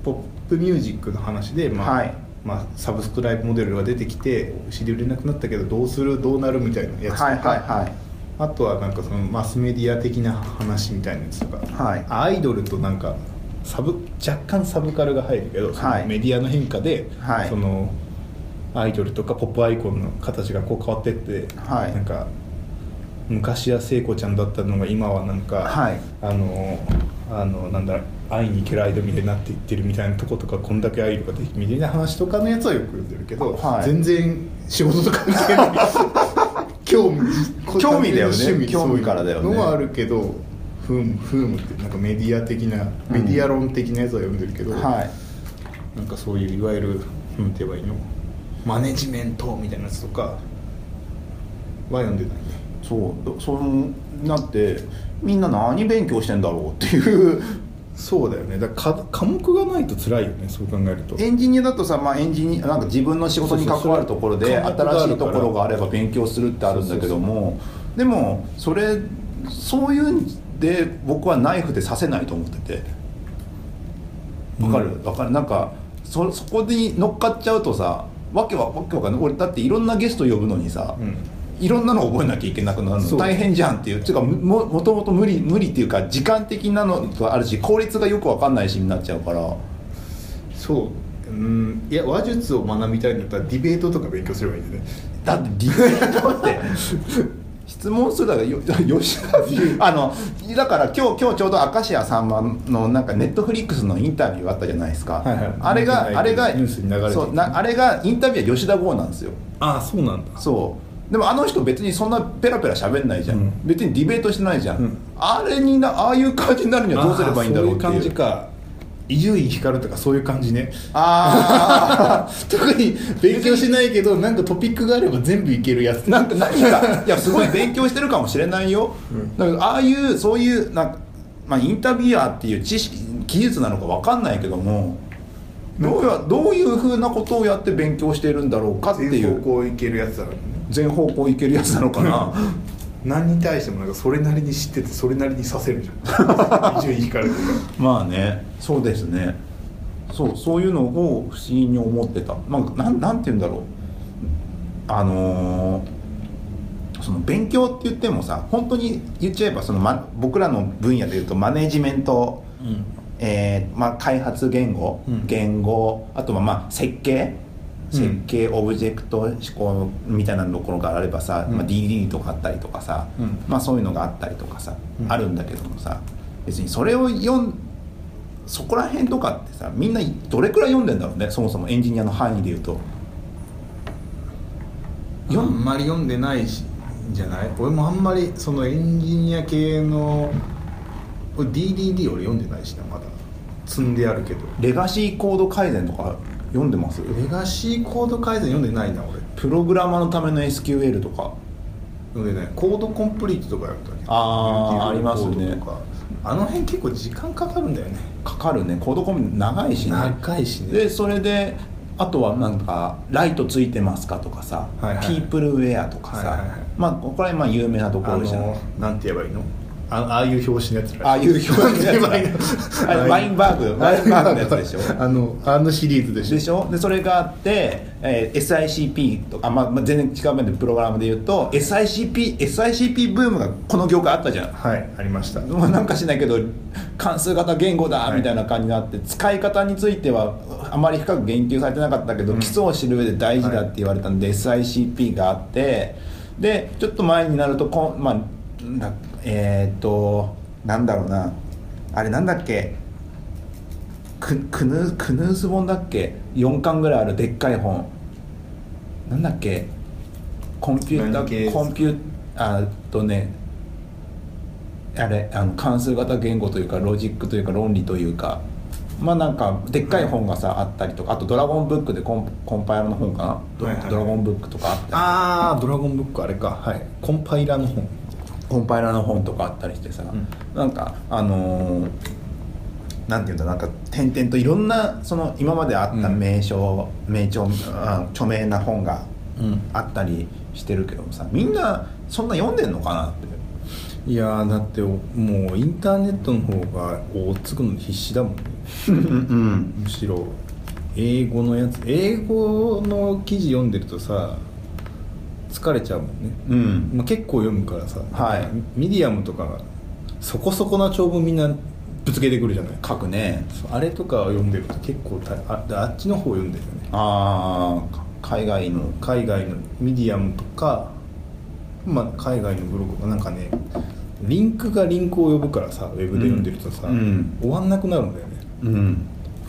Speaker 2: ポップミュージックの話で、まあ
Speaker 1: はい
Speaker 2: まあ、サブスクライブモデルが出てきて CD 売れなくなったけどどうするどうなるみたいなやつとか、
Speaker 1: はいはい
Speaker 2: あとはなんかそのマスメディア的な話みたいなやつとか、
Speaker 1: はい
Speaker 2: アイドルとなんかサブ若干サブカルが入るけどそ
Speaker 1: は
Speaker 2: の
Speaker 1: い
Speaker 2: メディアの変化で、
Speaker 1: はい
Speaker 2: そのアイドルとかポップアイコンの形がこう変わってって、
Speaker 1: はい
Speaker 2: なんか昔は聖子ちゃんだったのが今はなんか、
Speaker 1: はい
Speaker 2: あのあのなんだ愛にけるアイドルみたいになっていってるみたいなとことかこんだけアイドルができみたいな話とかのやつはよく読んでるけど、
Speaker 1: はい
Speaker 2: 全然仕事と関 係ない興味
Speaker 1: 興味だよね
Speaker 2: 趣味
Speaker 1: 興味からだよね
Speaker 2: そういうのはあるけどフームフームってなんかメディア的なメディア論的なやつは読んでるけど、
Speaker 1: はい
Speaker 2: なんかそういういわゆるなんて言えばいいのマネジメントみたいなやつとかは読んでないね
Speaker 1: そうそうなってみんな何勉強してんだろうっていう
Speaker 2: そうだよねだからか科目がないと辛いよねそう考えると
Speaker 1: エンジニアだとさ、まあ、エンジニアなんか自分の仕事に関わるところで
Speaker 2: そうそうそう
Speaker 1: 新しいところがあれば勉強するってあるんだけどもでもそれそういうんで僕はナイフで刺せないと思っててわか
Speaker 2: う
Speaker 1: るわかるなんかそそこに乗っかっちゃうとさわけわわけわかんない俺だっていろんなゲスト呼ぶのにさ、
Speaker 2: うん
Speaker 1: いろんなの覚えなきゃいけなくなる
Speaker 2: そ
Speaker 1: の
Speaker 2: う
Speaker 1: 大変じゃんっていうていうかむももともと無理無理っていうか時間的なのとあるし効率がよくわかんないしになっちゃうから。
Speaker 2: そううんいや話術を学びたいんだったらディベートとか勉強すればいいんだよね
Speaker 1: だってリベート って質問するだからよ 吉田あのだから今日今日ちょうど明石家さんまのなんかネットフリックスのインタビューあったじゃないですか、
Speaker 2: はいはい
Speaker 1: あれ
Speaker 2: 見てないけ
Speaker 1: が
Speaker 2: ど
Speaker 1: あれが
Speaker 2: ニュースに流れてる
Speaker 1: そうなあれがインタビューは吉田剛なんですよ
Speaker 2: ああそうなんだ
Speaker 1: そうでもあの人別にそんなペラペラ喋んないじゃん、
Speaker 3: うん
Speaker 1: 別にディベートしてないじゃん、
Speaker 3: うん
Speaker 1: あれになああいう感じになるにはどうすればいいんだろうってい
Speaker 2: あーそういうう感じか伊集院光とかそういう感じね
Speaker 1: あ
Speaker 2: 特に勉強しないけどなんかトピックがあれば全部いけるやつ
Speaker 1: あなんか 何かいやすごい勉強してるかもしれないよ、だからああいうそういうなんか、まあ、インタビュアーっていう知識技術なのか分かんないけどもどうやどういうふうなことをやって勉強しているんだろうかってい
Speaker 2: 全方
Speaker 1: う
Speaker 2: 向いけるやつだからね
Speaker 1: 全方向いけるやつなのか な
Speaker 2: 何に対してもなんかそれなりに知っててそれなりにさせるじ ゃん伊集院光とか
Speaker 1: まあねそうですねそうそういうのを不思議に思ってた、まあ、なんなんて言うんだろうあのーその勉強って言ってもさ本当に言っちゃえばその、ま、僕らの分野で言うとマネジメント、えーまあ、開発言語、
Speaker 3: うん
Speaker 1: 言語あとはまあ設計
Speaker 2: うん
Speaker 1: 設計、オブジェクト思考みたいなところがあればさ、
Speaker 3: うん
Speaker 1: まあ、DD とかあったりとかさ、
Speaker 3: うん
Speaker 1: まあ、そういうのがあったりとかさ、
Speaker 3: うん
Speaker 1: あるんだけどもさ別にそれを読んそこら辺とかってさみんなどれくらい読んでんだろうねそもそもエンジニアの範囲で言うと。
Speaker 2: あんまり読んでないしんじゃない俺もあんまりそのエンジニア系の俺 DDD 俺読んでないしなまだ積んであるけど
Speaker 1: レガシーコード改善とか読んでます
Speaker 2: レガシーコード改善読んでないな俺
Speaker 1: プログラマーのための SQL とか
Speaker 2: 読んでないコードコンプリートとかやったけ
Speaker 1: あー
Speaker 2: Utility
Speaker 1: ありますね
Speaker 2: コードとかあの辺結構時間かかるんだよね
Speaker 1: かかるねコードコンビ長いしね
Speaker 2: 長いしね
Speaker 1: でそれであとはなんか「ライトついてますか?」とかさ「
Speaker 2: はいはい
Speaker 1: ピープルウェア」とかさ、
Speaker 2: はいはいはい
Speaker 1: まあここら辺まあ有名なとこ
Speaker 2: あ
Speaker 1: ろじゃん
Speaker 2: のなんて言えばいいのあああいう表紙のやつら
Speaker 1: ああいう表現のやつ
Speaker 2: なんて言え ばいい
Speaker 1: だ
Speaker 2: の
Speaker 1: あれワインバーグワインバーグのやつでしょ
Speaker 2: あのあのシリーズでしょ
Speaker 1: でしょでそれがあって、えー SICP とか、まあ、まあ全然違う面でプログラムで言うと SICP, SICP ブームがこの業界あったじゃん
Speaker 2: はいありました
Speaker 1: まあなんかしないけど関数型言語だ
Speaker 2: はい
Speaker 1: みたいな感じになって、使い方についてはあまり深く言及されてなかったけど、
Speaker 2: うん
Speaker 1: 基礎を知る上で大事だって言われたんで、SICP があってでちょっと前になるとこんまあなえっ、となんだろうなあれなんだっけククヌークヌーズ本だっけ4巻ぐらいあるでっかい本なんだっけコンピュータ
Speaker 2: 何系で
Speaker 1: ー
Speaker 2: すか
Speaker 1: コンピューあーっとねあれあの関数型言語というかロジックというか論理というかまあなんかでっかい本がさあったりとかあと「ドラゴンブック」でコンコンパイラーの本かな「ド
Speaker 2: はいはい
Speaker 1: ドラゴンブック」とかあったり
Speaker 2: ああドラゴンブックあれかはいコンパイラーの本
Speaker 1: コンパイラーの本とかあったりしてさ、
Speaker 2: ん
Speaker 1: なんかあのーなんていうんだなんか点々といろんなその今まであった
Speaker 2: うん
Speaker 1: 名称、名著あ著名な本が
Speaker 2: うん
Speaker 1: あったりしてるけどもさみんなそんな読んでんのかなって
Speaker 2: いやーだっておもうインターネットの方が追っつくのに必死だもんね
Speaker 1: うん
Speaker 2: むしろ英語のやつ英語の記事読んでるとさ疲れちゃうもんね、
Speaker 1: うんうん
Speaker 2: まあ、結構読むからさ、
Speaker 1: はい
Speaker 2: ミディアムとかがそこそこな長文みんなぶつけてくるじゃない
Speaker 1: 書くね
Speaker 2: そうあれとかを読んでると結構たああっちの方を読んでるよね
Speaker 1: ああ海外の
Speaker 2: 海外のミディアムとか、まあ、海外のブログとかなんかねリンクがリンクを呼ぶからさウェブで読んでるとさ、
Speaker 1: うん
Speaker 2: 終わんなくなるんだよね
Speaker 1: うん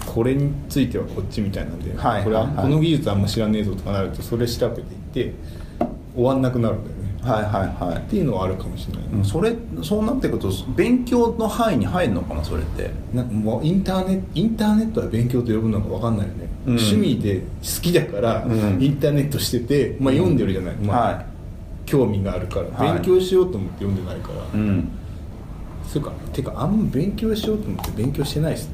Speaker 2: これについてはこっちみたいなんで、
Speaker 1: はい
Speaker 2: これは
Speaker 1: はい
Speaker 2: この技術あんま知らねえぞとかなるとそれ調べていって終わんなくなるんだよね
Speaker 1: はいはいは
Speaker 2: っていうのはあるかもしれない、
Speaker 1: いうんそれそうなってくると勉強の範囲に入るのかなそれって
Speaker 2: なんかもうインターネットインターネットは勉強と呼ぶのが分かんないよね、
Speaker 1: うん
Speaker 2: 趣味で好きだから、
Speaker 1: うん
Speaker 2: インターネットしてて、まあ、読んでるじゃない、まあ
Speaker 1: は
Speaker 2: 興味があるから、
Speaker 1: はい
Speaker 2: 勉強しようと思って読んでないから、
Speaker 1: いうん
Speaker 2: そうかてかあんま勉強しようと思って勉強してないです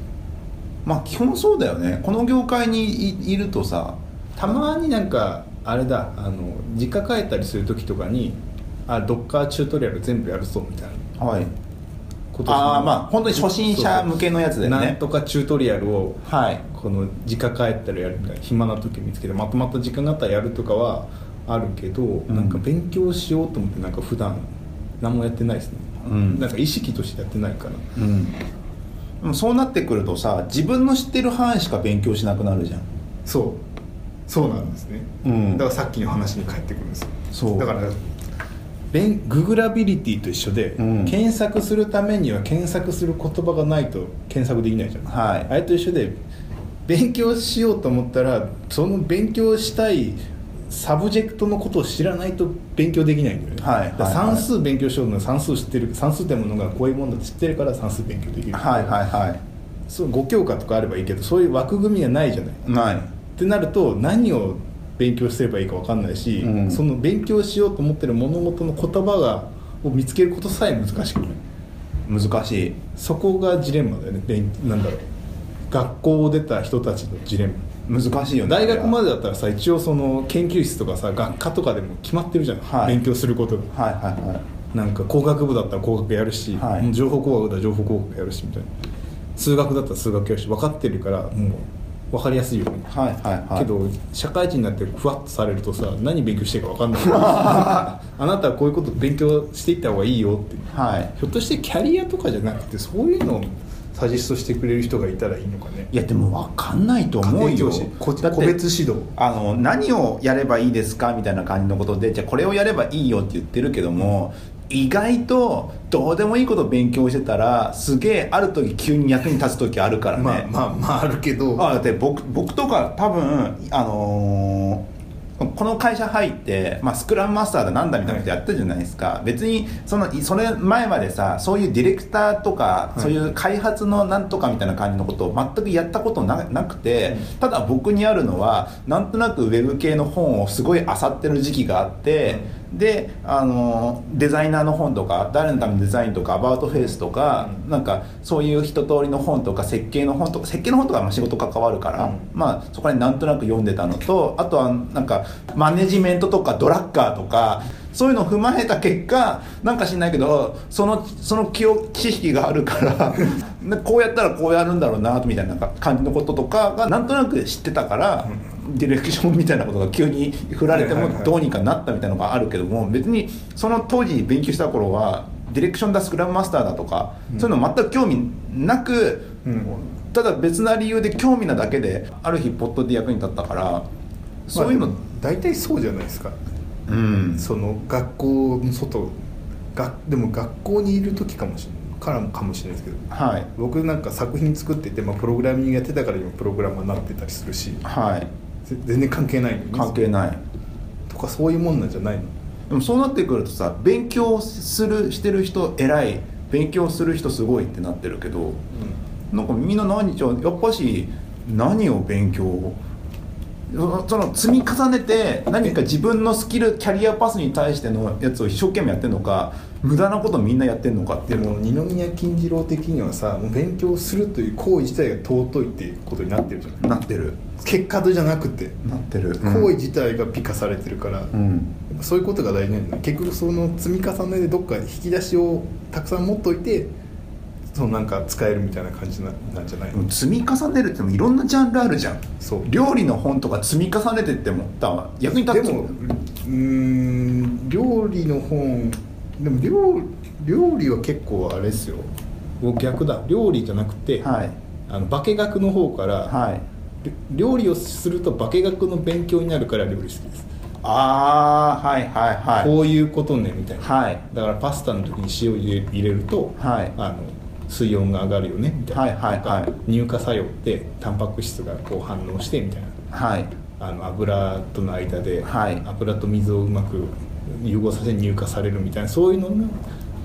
Speaker 1: まあ基本そうだよねこの業界にいいるとさ
Speaker 2: たまになんかあれだあの実家帰ったりする時とかにあドッカーチュートリアル全部やるぞみたいな
Speaker 1: はい
Speaker 2: こと
Speaker 1: ああまあ本当に初心者向けのやつだよ
Speaker 2: なん
Speaker 1: ね
Speaker 2: とかチュートリアルを
Speaker 1: はい
Speaker 2: この実家帰ったらやるみたいな暇な時見つけてまとまった時間があったらやるとかはあるけど、
Speaker 1: ん
Speaker 2: なんか勉強しようと思ってなんか普段何もやってないですね、
Speaker 1: うん
Speaker 2: なんか意識としてやってないから
Speaker 1: うんでもそうなってくるとさ自分の知ってる範囲しか勉強しなくなるじゃん
Speaker 2: そうそうなんですね、
Speaker 1: うん
Speaker 2: だからさっきの話に返ってくるんですよ
Speaker 1: そう
Speaker 2: だから便ググラビリティと一緒で、
Speaker 1: うん
Speaker 2: 検索するためには検索する言葉がないと検索できないじゃん、
Speaker 1: はい
Speaker 2: あれと一緒で勉強しようと思ったらその勉強したいサブジェクトのことを知らないと勉強できないんだよね、
Speaker 1: はいはいはい
Speaker 2: だから算数勉強しようのは算数知ってる算数ってものがこういうもんだって知ってるから算数勉強できる、
Speaker 1: はいはい
Speaker 2: そう5教科とかあればいいけどそういう枠組みがないじゃないっ
Speaker 1: はい
Speaker 2: てなると何を勉強すればいいか分かんないし、
Speaker 1: うん
Speaker 2: その勉強しようと思ってる物事の言葉がを見つけることさえ難しくない
Speaker 1: ない難しい
Speaker 2: そこがジレンマだよね勉なんだろう学校を出た人たちのジレンマ
Speaker 1: 難しいよね
Speaker 2: 大学ま
Speaker 1: で
Speaker 2: でだったらさ一応その研究室とかさ学科とかでも決まってるじゃん、
Speaker 1: はい
Speaker 2: 勉強することが
Speaker 1: はいはいはい
Speaker 2: なんか工学部だったら工学やるし、
Speaker 1: はい
Speaker 2: もう情報工学だったら情報工学やるしみたいな数学だったら数学やるし分かってるからもう分かりやすいよね、
Speaker 1: はいはいはい
Speaker 2: けど社会人になってふわっとされるとさ何勉強してるか分 かんないあなたはこういうこと勉強していった方がいいよって
Speaker 1: はい
Speaker 2: ひょっとしてキャリアとかじゃなくてそういうのをサジェストしてくれる人がいたらいいのかね
Speaker 1: いやでも分かんないと思う
Speaker 2: 家
Speaker 1: よ
Speaker 2: 庭教師こ
Speaker 1: だって
Speaker 2: 個別指導
Speaker 1: あの何をやればいいですかみたいな感じのことでじゃあこれをやればいいよって言ってるけども、意外とどうでもいいこと勉強してたらすげえある時急に役に立つ時あるからね、
Speaker 2: まあまあまああるけど
Speaker 1: あだって僕僕とか多分あのーこの会社入って、まあ、スクラムマスターだなんだみたいなことやったじゃないですか、別にそのいそれ前までさそういうディレクターとか、
Speaker 2: い
Speaker 1: そういう開発のなんとかみたいな感じのことを全くやったことななくて、ただ僕にあるのはなんとなくウェブ系の本をすごい漁ってる時期があって、であのデザイナーの本とか誰のためのデザインとかアバウトフェイスとか、なんかそういう一通りの本とか設計の本とか設計の本とかはまあ仕事関わるから、
Speaker 2: うん
Speaker 1: まあそこら辺なんとなく読んでたのとあとはなんかマネジメントとかドラッカーとかそういうのを踏まえた結果なんか知んないけどそのその記憶知識があるから でこうやったらこうやるんだろうなみたいな感じのこととかがなんとなく知ってたから。ディレクションみたいなことが急に振られて
Speaker 2: は
Speaker 1: も
Speaker 2: いはいはい
Speaker 1: どうにかなったみたいなのがあるけども別にその当時勉強した頃はディレクションだスクラムマスターだとか、そういうの全く興味なく、
Speaker 2: うん
Speaker 1: ただ別な理由で興味なだけである日ポットで役に立ったからそういうの、
Speaker 2: まあでも大体そうじゃないですか
Speaker 1: うん
Speaker 2: その学校の外がでも学校にいる時かもしれないからもかもしれないですけど
Speaker 1: はい
Speaker 2: 僕なんか作品作ってて、まあ、プログラミングやってたから今プログラマーになってたりするし
Speaker 1: はい
Speaker 2: ぜ全然関係ないのに
Speaker 1: 関係ない
Speaker 2: とかそういうもんなんじゃないの
Speaker 1: でもそうなってくるとさ勉強するしてる人偉い勉強する人すごいってなってるけどなんかみんな何じゃあやっぱし何を勉強をそその積み重ねて何か自分のスキルキャリアパスに対してのやつを一生懸命やってるのか無駄なことみんなやってるのかって
Speaker 2: で
Speaker 1: いうの
Speaker 2: も二宮金次郎的にはさもう勉強するという行為自体が尊いっていうことになってるじゃない
Speaker 1: なってる
Speaker 2: 結果とじゃなくて
Speaker 1: なってる
Speaker 2: 行為自体が美化されてるから、
Speaker 1: うん
Speaker 2: そういうことが大事なんだ結局その積み重ねでどっか引き出しをたくさん持っといてそのなんか使えるみたいな感じななんじゃないの、
Speaker 1: 積み重ねるってもいろんなジャンルあるじゃん
Speaker 2: そう
Speaker 1: 料理の本とか積み重ねてってもだわ役に立
Speaker 2: で
Speaker 1: つ
Speaker 2: もうーん料理の本でも料料理は結構あれですよ僕逆だ料理じゃなくて、
Speaker 1: はい
Speaker 2: あの化学の方から、
Speaker 1: はい
Speaker 2: り料理をすると化学の勉強になるから料理好きです、
Speaker 1: ああはいはいはい
Speaker 2: こういうことねみたいな、
Speaker 1: はい
Speaker 2: だからパスタの時に塩入れ入れると、
Speaker 1: はい
Speaker 2: あの水温が上がるよねみたいな,、
Speaker 1: はいはいはい
Speaker 2: なんか乳化作用ってタンパク質がこう反応してみたいな
Speaker 1: はい
Speaker 2: あの油との間で、
Speaker 1: はい
Speaker 2: 油と水をうまく融合させて乳化されるみたいなそういうのが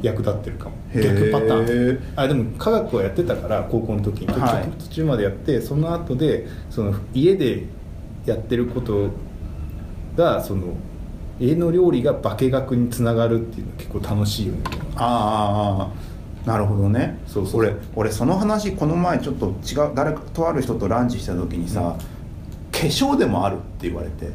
Speaker 2: 役立ってるかも
Speaker 1: へー
Speaker 2: 逆パターンあでも科学はやってたから高校の時に、
Speaker 1: はい
Speaker 2: 途中までやってその後でその家でやってることがその家の料理が化学につながるっていうのは結構楽しいよね
Speaker 1: ああなるほどね
Speaker 2: そうそう
Speaker 1: 俺俺その話この前ちょっと違う誰かとある人とランチした時にさ、
Speaker 2: うん
Speaker 1: 化粧でもあるって言われて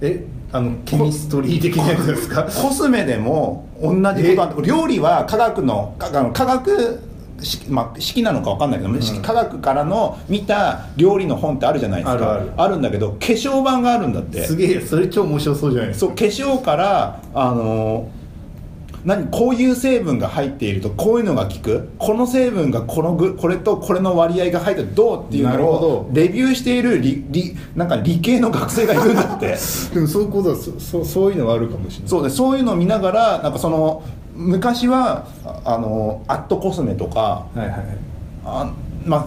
Speaker 2: えあのケミストリー的なやつですか
Speaker 1: コスメでも同じことあって料理は科学のかあの科学式まあ、式なのか分かんないけど、式科学からの見た料理の本ってあるじゃないですか
Speaker 2: あるある
Speaker 1: んだけど化粧版があるんだって
Speaker 2: すげえそれ超面白そうじゃないです
Speaker 1: そ
Speaker 2: か
Speaker 1: う化粧からあの何こういう成分が入っているとこういうのが効くこの成分がこのぐこれとこれの割合が入ってどうっていう
Speaker 2: なる
Speaker 1: の
Speaker 2: ほ
Speaker 1: を
Speaker 2: ど
Speaker 1: レビューしている理理なんか理系の学生がいるんだって
Speaker 2: でもそういうことはそそうそういうのはあるかもしれない
Speaker 1: そうでそういうのを見ながらなんかその昔はああのアットコスメとか
Speaker 2: はいはいはい
Speaker 1: あまあ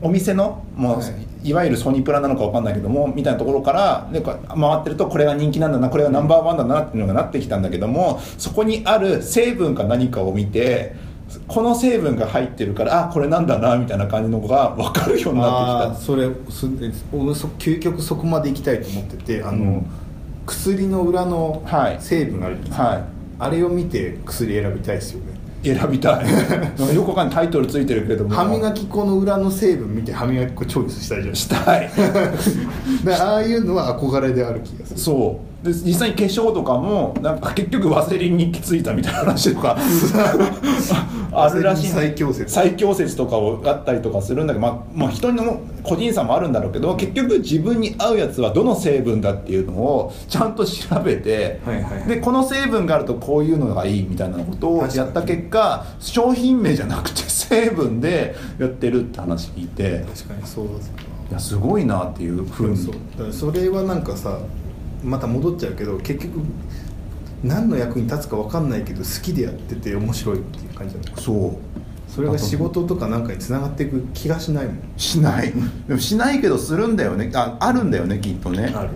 Speaker 1: お店のもう、
Speaker 2: はい
Speaker 1: いわゆるソニプラなのかわかんないけどもみたいなところからでこう回ってるとこれが人気なんだなこれがナンバーワンだなっていうのがなってきたんだけどもそこにある成分か何かを見てこの成分が入ってるからあこれなんだなみたいな感じのが分かるようになってきた
Speaker 2: それす俺そ究極そこまで行きたいと思っててあの、
Speaker 1: うん
Speaker 2: 薬の裏の
Speaker 1: はい
Speaker 2: 成分があるじゃないですか、
Speaker 1: はい
Speaker 2: あれを見て薬選びたいですよね
Speaker 1: 選びたいなん かよくわかんないタイトルついてるけれども
Speaker 2: 歯磨き粉の裏の成分見て歯磨き粉チョイスし たいじゃないです
Speaker 1: したい
Speaker 2: かだからああいうのは憧れである気がする
Speaker 1: そうで実際に化粧とかもなんか結局ワセリンに行き着いたみたいな話とか あるらしい
Speaker 2: ワセリン最強説
Speaker 1: 最強説とかをあったりとかするんだけど、まあ、まあ人の個人差もあるんだろうけど結局自分に合うやつはどの成分だっていうのをちゃんと調べて、
Speaker 2: はいはいはい
Speaker 1: でこの成分があるとこういうのがいいみたいなことをやった結果商品名じゃなくて 成分でやってるって話聞いて
Speaker 2: 確かにそうだったない
Speaker 1: やすごいなっていうふうに
Speaker 2: そうだからそれはなんかさまた戻っちゃうけど結局何の役に立つか分かんないけど好きでやってて面白いっていう感じだ
Speaker 1: そう
Speaker 2: それが仕事とかなんかにつながっていく気がしないもん
Speaker 1: しないでもしないけどするんだよねああるんだよねきっとね
Speaker 2: ある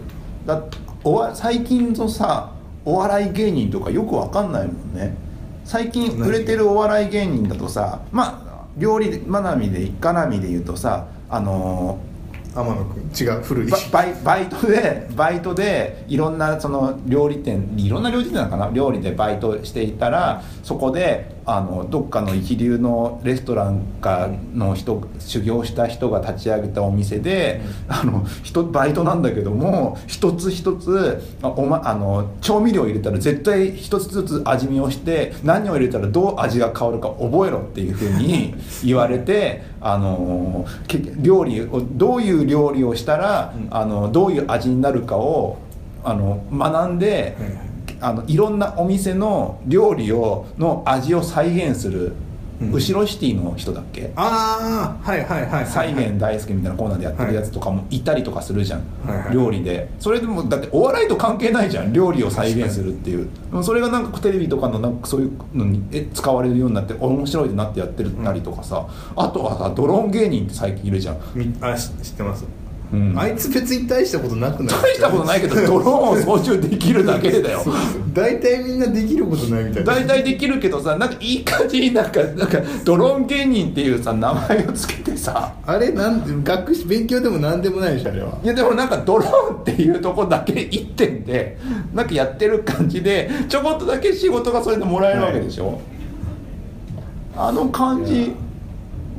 Speaker 1: だおわ最近のさお笑い芸人とかよくわかんないもんね最近売れてるお笑い芸人だとさまあ料理まなみで一家なみで言うとさあのー
Speaker 2: 天野くん違う古い
Speaker 1: ばバイバイトでバイトでいろんなその料理店いろんな料理店なのかな料理でバイトしていたらそこであのどっかの一流のレストランかの人修行した人が立ち上げたお店であの人バイトなんだけども一つ一つあお、ま、あの調味料を入れたら絶対一つずつ味見をして何を入れたらどう味が変わるか覚えろっていうふうに 言われてあのけ料理をどういう料理をしたら、
Speaker 2: うん
Speaker 1: あのどういう味になるかをあの学んで、
Speaker 2: はいはい
Speaker 1: あのいろんなお店の料理をの味を再現する、
Speaker 2: うん
Speaker 1: 後ろシティの人だっけ
Speaker 2: ああはいはいはいはいはい
Speaker 1: 再現大好きみたいなコーナーでやってるやつとかもいたりとかするじゃん、
Speaker 2: はいはい
Speaker 1: 料理でそれでもだってお笑いと関係ないじゃん料理を再現するっていうでもそれがなんかテレビとかのなんかそういうのにえ使われるようになって面白いなってやってるたりとかさ、あとはさドローン芸人って最近いるじゃん
Speaker 2: みあし知ってます、
Speaker 1: うん
Speaker 2: あいつ別に大したことなくない
Speaker 1: 大したことない けどドローンを操縦できるだけでだよ
Speaker 2: そうそう大体みんなできることないみたいな
Speaker 1: 大体できるけどさなんかいい感じになんかなんかドローン芸人っていうさ名前をつけてさ
Speaker 2: あれなん学習勉強でも何でもないでしょあれはい
Speaker 1: やでもなんかドローンっていうとこだけ1点でなんかやってる感じでちょこっとだけ仕事がそれでもらえるわけでしょ、あの感じ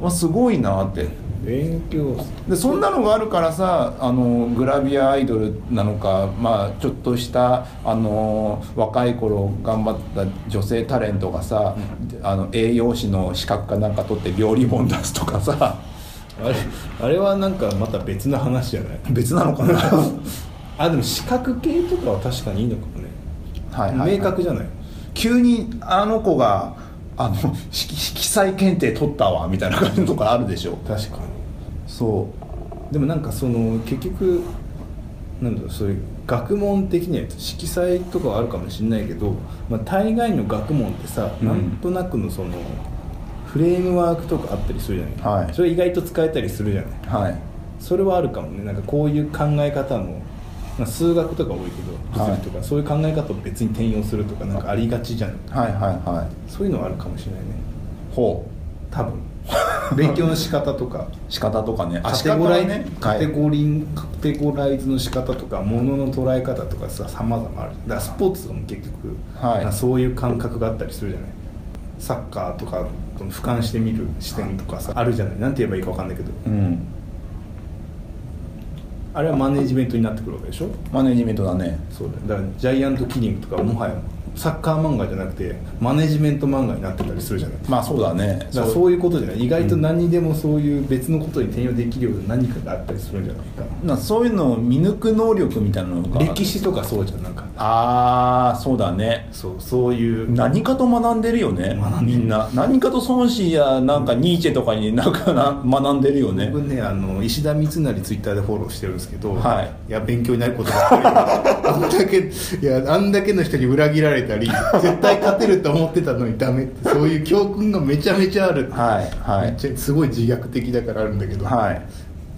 Speaker 1: はすごいなって
Speaker 2: 勉強
Speaker 1: でそんなのがあるからさあのグラビアアイドルなのか、まあ、ちょっとしたあの若い頃頑張った女性タレントがさ、あの栄養士の資格かなんか取って料理本出すとかさ
Speaker 2: あれあれはなんかまた別の話じゃない
Speaker 1: 別なのかな
Speaker 2: あでも視覚系とかは確かにいいのかもね、
Speaker 1: はいはいはい
Speaker 2: 明確じゃない
Speaker 1: 急にあの子があの色色彩検定取ったわみたいな感じのとかあるでしょ
Speaker 2: 確か
Speaker 1: そ
Speaker 2: にでもなんかその結局なんだろうそういう学問的なやつ色彩とかはあるかもしれないけど、まあ、大概の学問ってさ、
Speaker 1: うん
Speaker 2: なんとなくのそのフレームワークとかあったりするじゃない、
Speaker 1: はい
Speaker 2: それ意外と使えたりするじゃないう
Speaker 1: はい
Speaker 2: それはあるかもねなんかこういう考え方の、まあ、数学とか多いけど
Speaker 1: はい
Speaker 2: 物理とか、そういう考え方を別に転用するとかなんかありがちじゃん
Speaker 1: はいはいはい
Speaker 2: そういうのはあるかもしれないね
Speaker 1: ほ
Speaker 2: 多分勉強の仕方とか
Speaker 1: う仕方とかね
Speaker 2: カテゴライ、
Speaker 1: カ
Speaker 2: カテ
Speaker 1: テゴ
Speaker 2: ゴリンカテゴライズの仕方とかものの捉え方とかささまざまあるだからスポーツも結局、
Speaker 1: はい
Speaker 2: なそういう感覚があったりするじゃないサッカーとかこの俯瞰してみる視点とかさあるじゃないなんて言えばいいか分かんないけど
Speaker 1: うん
Speaker 2: あれはマネジメントになってくるわけでしょ
Speaker 1: マネジメントだね
Speaker 2: そうだよだからジャイアントキリングとかもはやサッカー漫画じゃなくてマネジメント漫画になってたりするじゃないだか
Speaker 1: まあそうだね
Speaker 2: ら
Speaker 1: そう
Speaker 2: そういうことじゃない意外と何にでもそういう別のことに転用できるような何かがあったりするんじゃないか
Speaker 1: なそういうのを見抜く能力みたいなのが
Speaker 2: 歴史とかそうじゃんなんか
Speaker 1: ああそうだね
Speaker 2: そうそういう
Speaker 1: 何かと学んでるよね
Speaker 2: 学んで
Speaker 1: み
Speaker 2: る
Speaker 1: んな何かと孫子やなんかニーチェとかになんかな学んでるよね
Speaker 2: 僕ねあの石田三成ツイッターでフォローしてるんですけど、、
Speaker 1: はい
Speaker 2: や勉強になることばっかりあんだけいやあんだけの人に裏切られ たり絶対勝てると思ってたのにダメってそういう教訓がめちゃめちゃある
Speaker 1: はいは
Speaker 2: めっ
Speaker 1: い
Speaker 2: ちゃすごい自虐的だからあるんだけど、
Speaker 1: はい
Speaker 2: や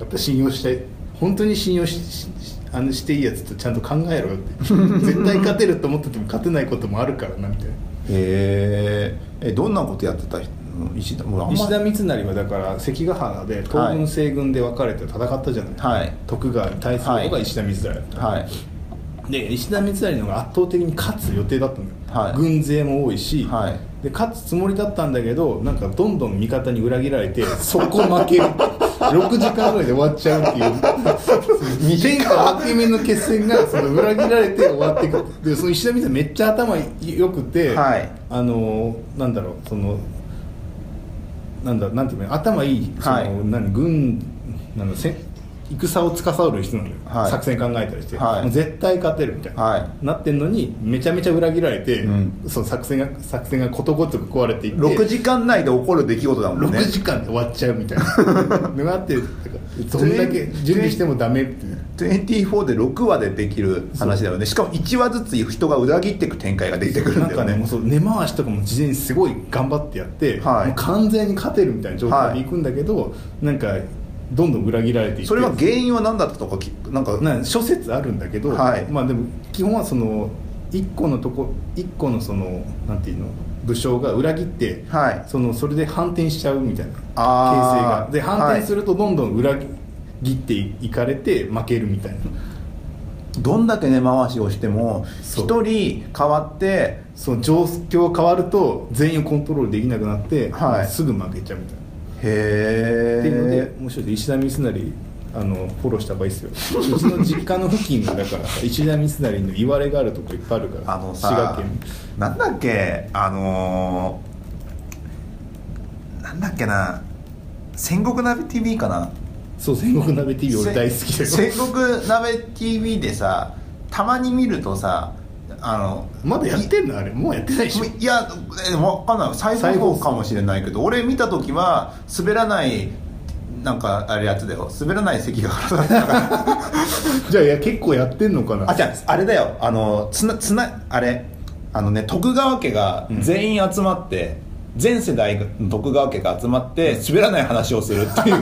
Speaker 2: っぱ信用したい本当に信用ししあのしていいやつとちゃんと考えろよって絶対勝てると思ってても勝てないこともあるからなみたいな
Speaker 4: へええどんなことやってた人石田もうあんま
Speaker 2: 石田三成はだから関ヶ原で東軍西軍で分かれて戦ったじゃない、
Speaker 4: はい
Speaker 2: 徳川に対するのが石田三成だった、
Speaker 4: はい
Speaker 2: で石田三成の方が圧倒的に勝つ予定だったのよ、
Speaker 4: はい
Speaker 2: 軍勢も多いし、
Speaker 4: はい
Speaker 2: で勝つつもりだったんだけどなんかどんどん味方に裏切られてそこ負ける って6時間ぐらいで終わっちゃうっていう天下分け目の決戦がその裏切られて終わっていくでその石田三成めっちゃ頭良くて、
Speaker 4: はい
Speaker 2: あのーなんだろうそのなんだなんていうの頭いいその、
Speaker 4: はい
Speaker 2: 何軍なんだせ戦を司る人なのよ、
Speaker 4: はい
Speaker 2: 作戦考えたりして、
Speaker 4: はい
Speaker 2: もう絶対勝てるみたいな、
Speaker 4: は
Speaker 2: なってんのにめちゃめちゃ裏切られて、
Speaker 4: うん
Speaker 2: その作戦が作戦がことごとく壊れていっ
Speaker 4: い
Speaker 2: て
Speaker 4: 6時間内で起こる出来事だもんね
Speaker 2: 6時間で終わっちゃうみ たいなのがあってだからどんだけ準備してもダメっていう
Speaker 4: 24で6話でできる話だよねしかも1話ずつ人が裏切っていく展開が出てくるん
Speaker 2: なん
Speaker 4: だ
Speaker 2: か
Speaker 4: よ
Speaker 2: ねも
Speaker 4: ね
Speaker 2: うそう根回しとかも事前にすごい頑張ってやって、
Speaker 4: はい
Speaker 2: もう完全に勝てるみたいな状態でいくんだけど、なんかどんどん裏切られていって
Speaker 4: それは原因は何だったとかきなんか
Speaker 2: なんか諸説あるんだけど、
Speaker 4: はい
Speaker 2: まあでも基本はその一個のとこ一個のそのなんていうの武将が裏切って、
Speaker 4: はい
Speaker 2: そのそれで反転しちゃうみたいな形勢
Speaker 4: あ
Speaker 2: が
Speaker 4: ー
Speaker 2: で
Speaker 4: はい
Speaker 2: 反転するとどんどん裏切っていかれて負けるみたいな、
Speaker 4: どんだけ根回しをしても
Speaker 2: そう
Speaker 4: 1人変わって
Speaker 2: その状況変わると全員をコントロールできなくなって、
Speaker 4: はい
Speaker 2: すぐ負けちゃうみたいな、
Speaker 4: へえ
Speaker 2: っていうので面白いで石田三成あのフォローした方がいいですようちの実家の付近がだからさ石田三成の言われがあるとこいっぱいあるから
Speaker 4: あの
Speaker 2: 滋賀
Speaker 4: さ
Speaker 2: 県
Speaker 4: なんだっけあのーなんだっけな戦国鍋 TV かな
Speaker 2: そう戦国鍋 TV 俺大好きだよ
Speaker 4: せ戦国鍋 TV でさたまに見るとさあの
Speaker 2: まだやってんのあれもうやってないでしょ
Speaker 4: いやえ分かんない最後の方かもしれないけど俺見た時は滑らないなんかあれやつだよ滑らない関ヶ 原だったから
Speaker 2: じゃあいや結構やってんのかな
Speaker 4: あじゃああれだよあのつなつなあれあのね
Speaker 1: 徳川家が全員集まって、全世代の徳川家が集まって滑らない話をするっていう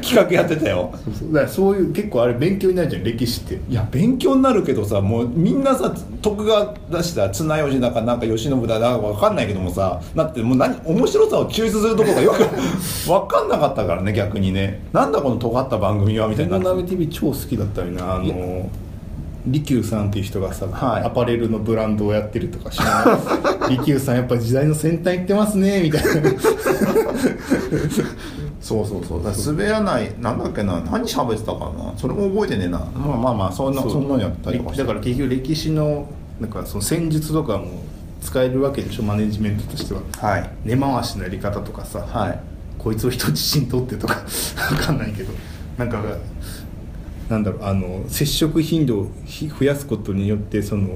Speaker 1: 企画やってたよ
Speaker 2: そうそうだからそういう結構あれ勉強になるじゃん歴史って
Speaker 1: いや勉強になるけどさもうみんなさ徳川だしさ綱吉だかなんか慶喜だか分かんないけどもさだってもう何面白さを抽出するとこがよく 分かんなかったからね逆にねなんだこの尖った番組はみたい
Speaker 2: 戦
Speaker 1: にな
Speaker 2: 国
Speaker 1: って
Speaker 2: 鍋 TV 超好きだったよなあの利休さんっていう人がさ、
Speaker 4: はい
Speaker 2: アパレルのブランドをやってるとかしな 利休さんやっぱ時代の先端行ってますねみたいな
Speaker 4: そうそうそうだから滑らないなんだっけな何喋ってたかなそれも覚えてねえなまあまあまあそんな
Speaker 2: そう
Speaker 4: そんなのやったりとかして
Speaker 2: だから結局歴史のなんかその戦術とかも使えるわけでしょマネジメントとしては
Speaker 4: はい
Speaker 2: 根回しのやり方とかさ、
Speaker 4: はい
Speaker 2: こいつを人質に取ってとか わかんないけどなんかなんだろうあの接触頻度をひ増やすことによってその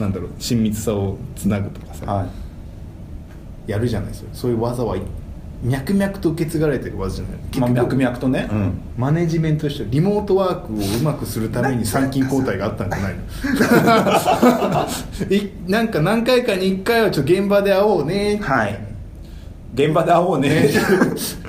Speaker 2: なんだろう親密さをつなぐとかさ、
Speaker 4: はい
Speaker 2: やるじゃないですよそういう技はい脈々と受け継がれてる技じゃない結
Speaker 4: まあ
Speaker 2: 局
Speaker 4: 脈々とね、うん、
Speaker 2: マネジメントしてリモートワークをうまくするために参勤交代があったんじゃないの いなんか何回かに1回はちょっと現場で会おうね、
Speaker 4: はい
Speaker 1: 現場で会おうね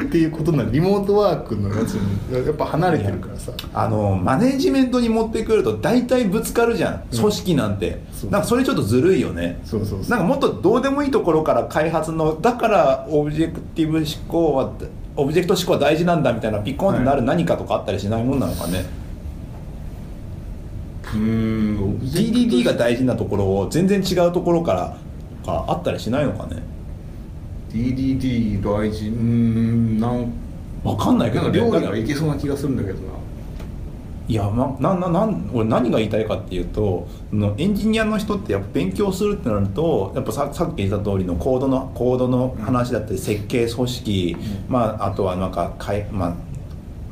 Speaker 2: っていうことなのリモートワークのやつにやっぱ離れてるからさ
Speaker 4: あのマネジメントに持ってくると大体ぶつかるじゃん、組織なんて
Speaker 2: そう
Speaker 4: なんかそれちょっとずるいよね
Speaker 2: そうそうそう
Speaker 4: なんかもっとどうでもいいところから開
Speaker 1: 発
Speaker 4: 発
Speaker 1: のだからオブジェクティブ思考はオブジェクト思考は大事なんだみたいなピコンってなる何かとかあったりしないもんなのかね、
Speaker 2: うん
Speaker 1: DDD が大事なところを全然違うところからがあったりしないのかね
Speaker 2: DDD 大事うんなん
Speaker 1: わかんないけどね
Speaker 2: なんか料理はいけそうな気がするんだけどない
Speaker 1: やまなななん俺何が言いたいかっていうとそのエンジニアの人ってやっぱ勉強するってなるとやっぱささっき言った通りのコードのコードの話だったり設計組織、まあ、あとはなんかかい、まあ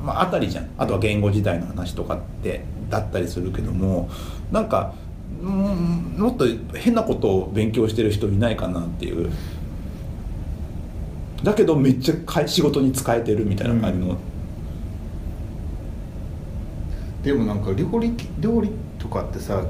Speaker 1: まあ、あたりじゃんあとは言語時代の話とかってだったりするけどもなんかうんもっと変なことを勉強してる人いないかなっていうだけどめっちゃかい仕事に使えてるみたいな感じの。
Speaker 2: でもなんか料理料理とかってさ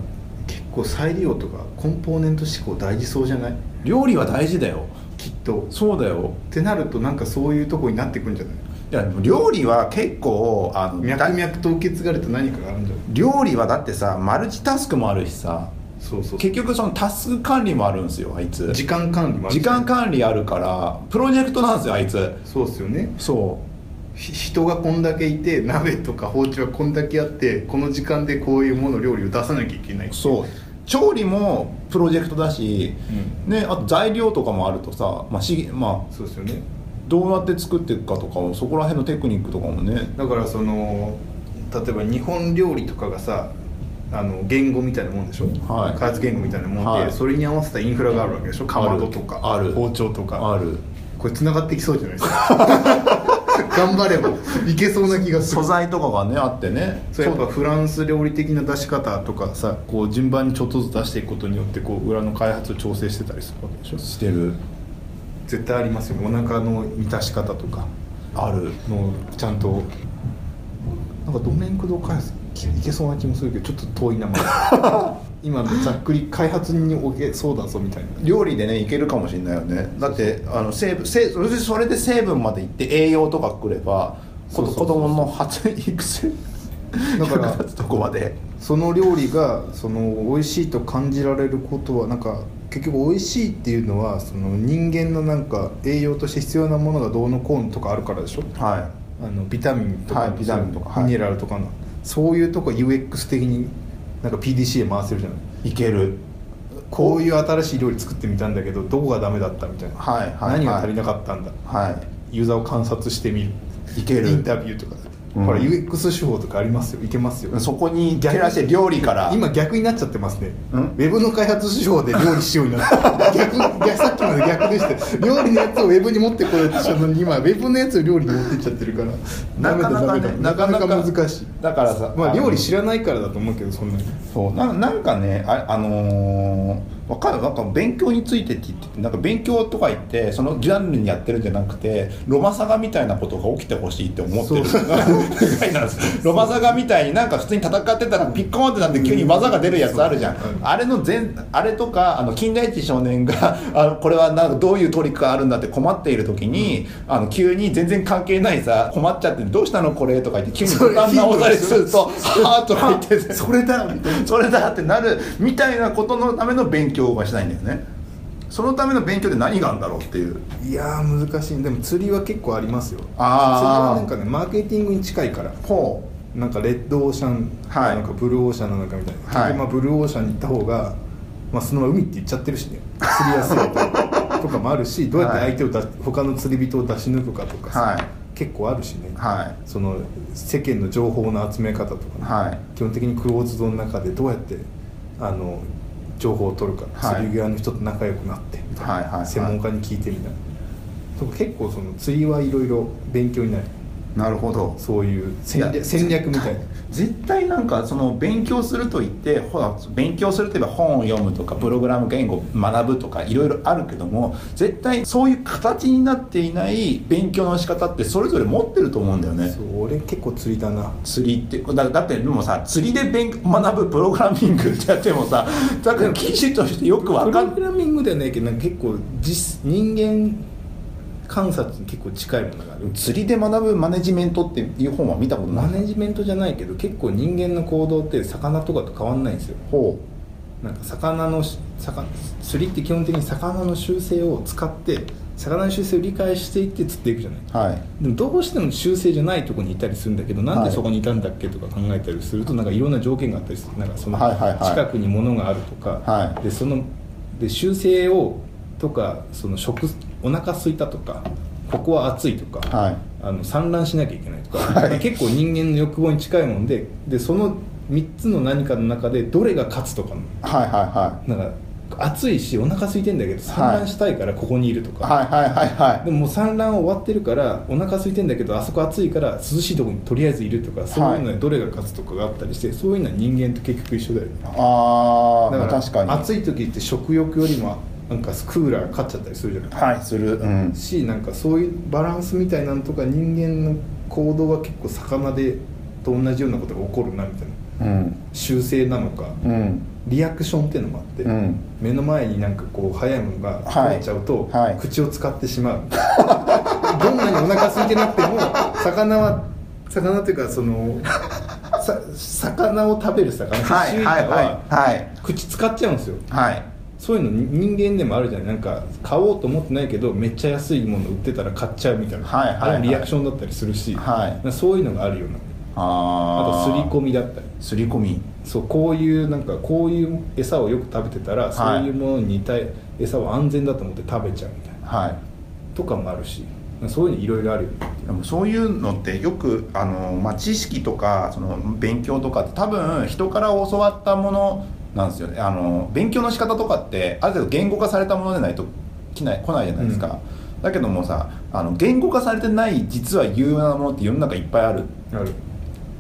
Speaker 2: 結構再利用とかコンポーネント思考大事そうじゃない
Speaker 1: 料理は大事だよ
Speaker 2: きっと
Speaker 1: そうだよ
Speaker 2: ってなるとなんかそういうとこになってくんじゃない
Speaker 1: いやでも料理は結構あの
Speaker 2: 脈々と受け継がれた何かがあるんじゃない
Speaker 1: 料理はだってさマルチタスクもあるしさ
Speaker 2: そうそう
Speaker 1: 結局そのタスク管理もあるんですよあいつ
Speaker 2: 時間管理もある
Speaker 1: 時間管理あるからプロジェクトなんですよあいつ
Speaker 2: そうですよね
Speaker 1: そ
Speaker 2: ひ人がこんだけいて鍋とか包丁はこんだけあってこの時間でこういうもの料理を出さなきゃいけないう
Speaker 1: そう調理もプロジェクトだし、ね、あと材料とかもあるとさ、まあしまあ、
Speaker 2: そうですよね
Speaker 1: どうやって作っていくかとかもそこら辺のテクニックとかもね
Speaker 2: だからその例えば日本料理とかがさあの言語みたいなもんでしょ、
Speaker 1: はい
Speaker 2: 開発言語みたいなもんで、
Speaker 1: はい
Speaker 2: それに合わせたインフラがあるわけでしょかまどとか
Speaker 1: ある
Speaker 2: 包丁とか
Speaker 1: ある
Speaker 2: これ繋がってきそうじゃないですか 頑張ればいけそうな気がす
Speaker 1: 素
Speaker 2: る
Speaker 1: 材とかがねあってね
Speaker 2: そうやっぱフランス料理的な出し方とかさこう順番にちょっとずつ出していくことによってこう裏の開発を調整してたりするわけでしょ
Speaker 1: してる
Speaker 2: 絶対ありますよお腹の満たし方とか
Speaker 1: ある
Speaker 2: のちゃんとなんかドメイン駆動開発いけそうな気もするけどちょっと 遠いなまだ今のざっくり開発におけそうだぞみたいな
Speaker 1: 料理でねいけるかもしれないよねだってあの成分成それでそれで成分までいって栄養とかくればこ
Speaker 2: そうそうそう
Speaker 1: 子供の発育成
Speaker 2: だ から
Speaker 1: 役立つとこまで
Speaker 2: その料理がその美味しいと感じられることはなんか結局美味しいっていうのはその人間のなんか栄養として必要なものがどうのこうのとかあるからでしょ
Speaker 1: は
Speaker 2: あのビタミンとか、
Speaker 1: はいビタミンとかはい
Speaker 2: ミネラルとかの、そういうとこ UX 的になんか PDCA 回せるじゃない
Speaker 1: いいける
Speaker 2: こういう新しい料理作ってみたんだけどどこがダメだったみたいな、
Speaker 1: はいはい
Speaker 2: 何が足りなかったんだ、
Speaker 1: は
Speaker 2: ユーザーを観察してみる
Speaker 1: いいけ
Speaker 2: イン
Speaker 1: る
Speaker 2: タビューとか、
Speaker 1: うん
Speaker 2: ほら UX 手法とかありますよいけますよ
Speaker 1: そこに照らして料理から
Speaker 2: 今逆になっちゃってますねウ
Speaker 1: ん
Speaker 2: ェブの開発手法で料理しようになった逆逆さっきまで逆でしたよ料理のやつをウェブに持ってこようとしたのに今ウェブのやつを料理に持ってっちゃってるから
Speaker 1: なかなかね
Speaker 2: なかなか難しい
Speaker 1: だからさ
Speaker 2: まあ
Speaker 1: あの
Speaker 2: 料理知らないからだと思うけどそんなに
Speaker 1: そうななんかねああのーわかるなんか勉強についてって言っててなんか勉強とか言ってそのジャンルにやってるんじゃなくてロマサガみたいなことが起きてほしいって思ってる世界なんです ロマサガみたいになんか普通に戦ってたらピッコーンってなって急に技が出るやつあるじゃん、
Speaker 2: うん
Speaker 1: あれの全あれとかあの金田一少年が あのこれはなんかどういうトリックがあるんだって困っている時に、あの急に全然関係ないさ困っちゃって「どうしたのこれ?」とか言って急に
Speaker 2: それ
Speaker 1: ボタン直されすると「はーとか言ってさ
Speaker 2: それだみたいな
Speaker 1: それだってなるみたいなことのための勉強がしないんだよねそのための勉強で何があるんだろうっていう
Speaker 2: いやー難しいでも釣りは結構ありますよ
Speaker 1: あー
Speaker 2: 釣りはなんかねマーケティングに近いから
Speaker 1: ほ
Speaker 2: なんかレッドオーシャン
Speaker 1: はい
Speaker 2: なのかブルーオーシャンなのかみたいな、
Speaker 1: はい
Speaker 2: 結局まあブルーオーシャンに行った方が、まあ、そのまま海って言っちゃってるしね釣りやすい とかもあるしどうやって相手をだ、他の釣り人を出し抜くかとかさ、
Speaker 1: はい
Speaker 2: 結構あるしね、
Speaker 1: は
Speaker 2: その世間の情報の集め方とかね、
Speaker 1: はい
Speaker 2: 基本的にクローズドの中でどうやってあの情報を取るか、
Speaker 1: はい
Speaker 2: 釣り際の人と仲良くなってみたいな、
Speaker 1: はいはいはい
Speaker 2: 専門家に聞いてみたいなとか結構その釣りはいろいろ勉強になる
Speaker 1: いなるほど
Speaker 2: そういう戦
Speaker 1: い
Speaker 2: 略
Speaker 1: や
Speaker 2: 戦略みたいな。
Speaker 1: 絶対なんかその勉強すると言ってほら勉強するといえば本を読むとかプログラム言語を学ぶとかいろいろあるけども絶対そういう形になっていない勉強の仕方ってそれぞれ持ってると思うんだよね
Speaker 2: そう俺結構釣りだな
Speaker 1: 釣りってだだってでもさ釣りで勉学ぶプログラミングってやってもさだから記事としてよくわ
Speaker 2: プ
Speaker 1: か
Speaker 2: ロ
Speaker 1: ん
Speaker 2: グラミングではないけどなんか結構実人間観察に結構近いものがある
Speaker 1: 釣りで学ぶマネジメントっていう本は見たことな
Speaker 2: マ
Speaker 1: い
Speaker 2: ネジメントじゃないけど結構人間の行動って魚とかと変わんないんですよ
Speaker 1: ほ
Speaker 2: なんか魚のし魚釣りって基本的に魚の習性を使って魚の習性を理解していって釣っていくじゃないう
Speaker 1: はい
Speaker 2: でもどうしても習性じゃないとこにいたりするんだけどなんでそこにいたんだっけとか考えたりするとなんかいろんな条件があったりするなんかその
Speaker 1: はいはいはい
Speaker 2: 近くに物があるとか、
Speaker 1: はい
Speaker 2: でそので習性をとかその食お腹空いたとかここは暑いとか、
Speaker 1: はい
Speaker 2: あの産卵しなきゃいけないとか,、結構人間の欲望に近いもんででその3つの何かの中でどれが勝つとかの
Speaker 1: はいは
Speaker 2: なんか暑いしお腹空いてんだけど産卵したいからここにいると
Speaker 1: い
Speaker 2: か、
Speaker 1: はいはいはいはい
Speaker 2: でももう産卵終わってるからお腹空いてんだけどあそこ暑いから涼しいとこにとりあえずいるとかそういうのにどれが勝つとかがあったりして、そういうのは人間と結局一緒だよね
Speaker 1: あ
Speaker 2: だ
Speaker 1: あ
Speaker 2: から
Speaker 1: 確かに
Speaker 2: 暑い時って食欲よりもなんかクーラーが勝っちゃったりするじゃない
Speaker 1: はいするうん
Speaker 2: しなんかそういうバランスみたいなのとか人間の行動は結構魚でと同じようなことが起こるなみたいな
Speaker 1: うん
Speaker 2: 修正なのか
Speaker 1: うん
Speaker 2: リアクションっていうのもあって、
Speaker 1: うん
Speaker 2: 目の前になんかこう早いものが
Speaker 1: はい
Speaker 2: 入っちゃうと、
Speaker 1: はい
Speaker 2: 口を使ってしまう、どんなにお腹空いてなくても魚は魚っていうか そのさ魚を食べる魚
Speaker 1: はい
Speaker 2: 寿司
Speaker 1: はい
Speaker 2: とか
Speaker 1: はいはい
Speaker 2: 口使っちゃうんですよ
Speaker 1: はい
Speaker 2: そういうのに人間でもあるじゃないなんか買おうと思ってないけどめっちゃ安いもの売ってたら買っちゃうみたいな、
Speaker 1: はいはいはい
Speaker 2: あれもリアクションだったりするし、
Speaker 1: はい
Speaker 2: なんかそういうのがあるような
Speaker 1: あ
Speaker 2: あとすり込
Speaker 1: み
Speaker 2: みだったり
Speaker 1: すり込み
Speaker 2: そうこういうなんかこういう餌をよく食べてたら、
Speaker 1: はい
Speaker 2: そういうものに似た餌を安全だと思って食べちゃうみたいな
Speaker 1: はい
Speaker 2: とかもあるしそういうのいろいろあるよねっていう
Speaker 1: でもそういうのってよくあの、まあ、知識とかその勉強とかって多分人から教わったものなんですよねあの勉強の仕方とかってある程度言語化されたものでないと来ない来ないじゃないですか、だけどもさあの言語化されてない実は有用なものって世の中いっぱいある
Speaker 2: ある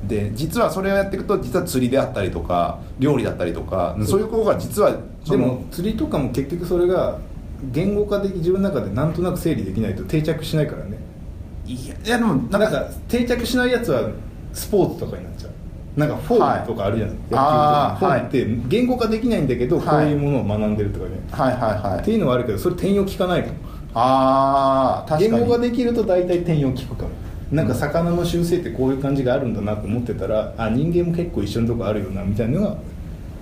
Speaker 1: で実はそれをやっていくと実は釣りであったりとか料理だったりとかそういうことが実はそ
Speaker 2: で
Speaker 1: の
Speaker 2: も釣りとかも結局それが言語化的自分の中でなんとなく整理できないと定着しないからね
Speaker 1: いやいやでもな
Speaker 2: なんん
Speaker 1: か
Speaker 2: か定着しないやつはスポーツとかになっちゃうなんかフォームとかあるじゃ
Speaker 1: はい
Speaker 2: ない、野球とかフォームって言語化できないんだけど、
Speaker 1: はい
Speaker 2: こういうものを学んでるとかね、
Speaker 1: はいはいは
Speaker 2: って
Speaker 1: い
Speaker 2: いうのはあるけどそれ転用聞かないかも
Speaker 1: ああ確か
Speaker 2: 言
Speaker 1: に
Speaker 2: 語ができると大体転用聞くかもなんか魚の習性ってこういう感じがあるんだなと思ってたらあ人間も結構一緒のとこあるよなみたいなのが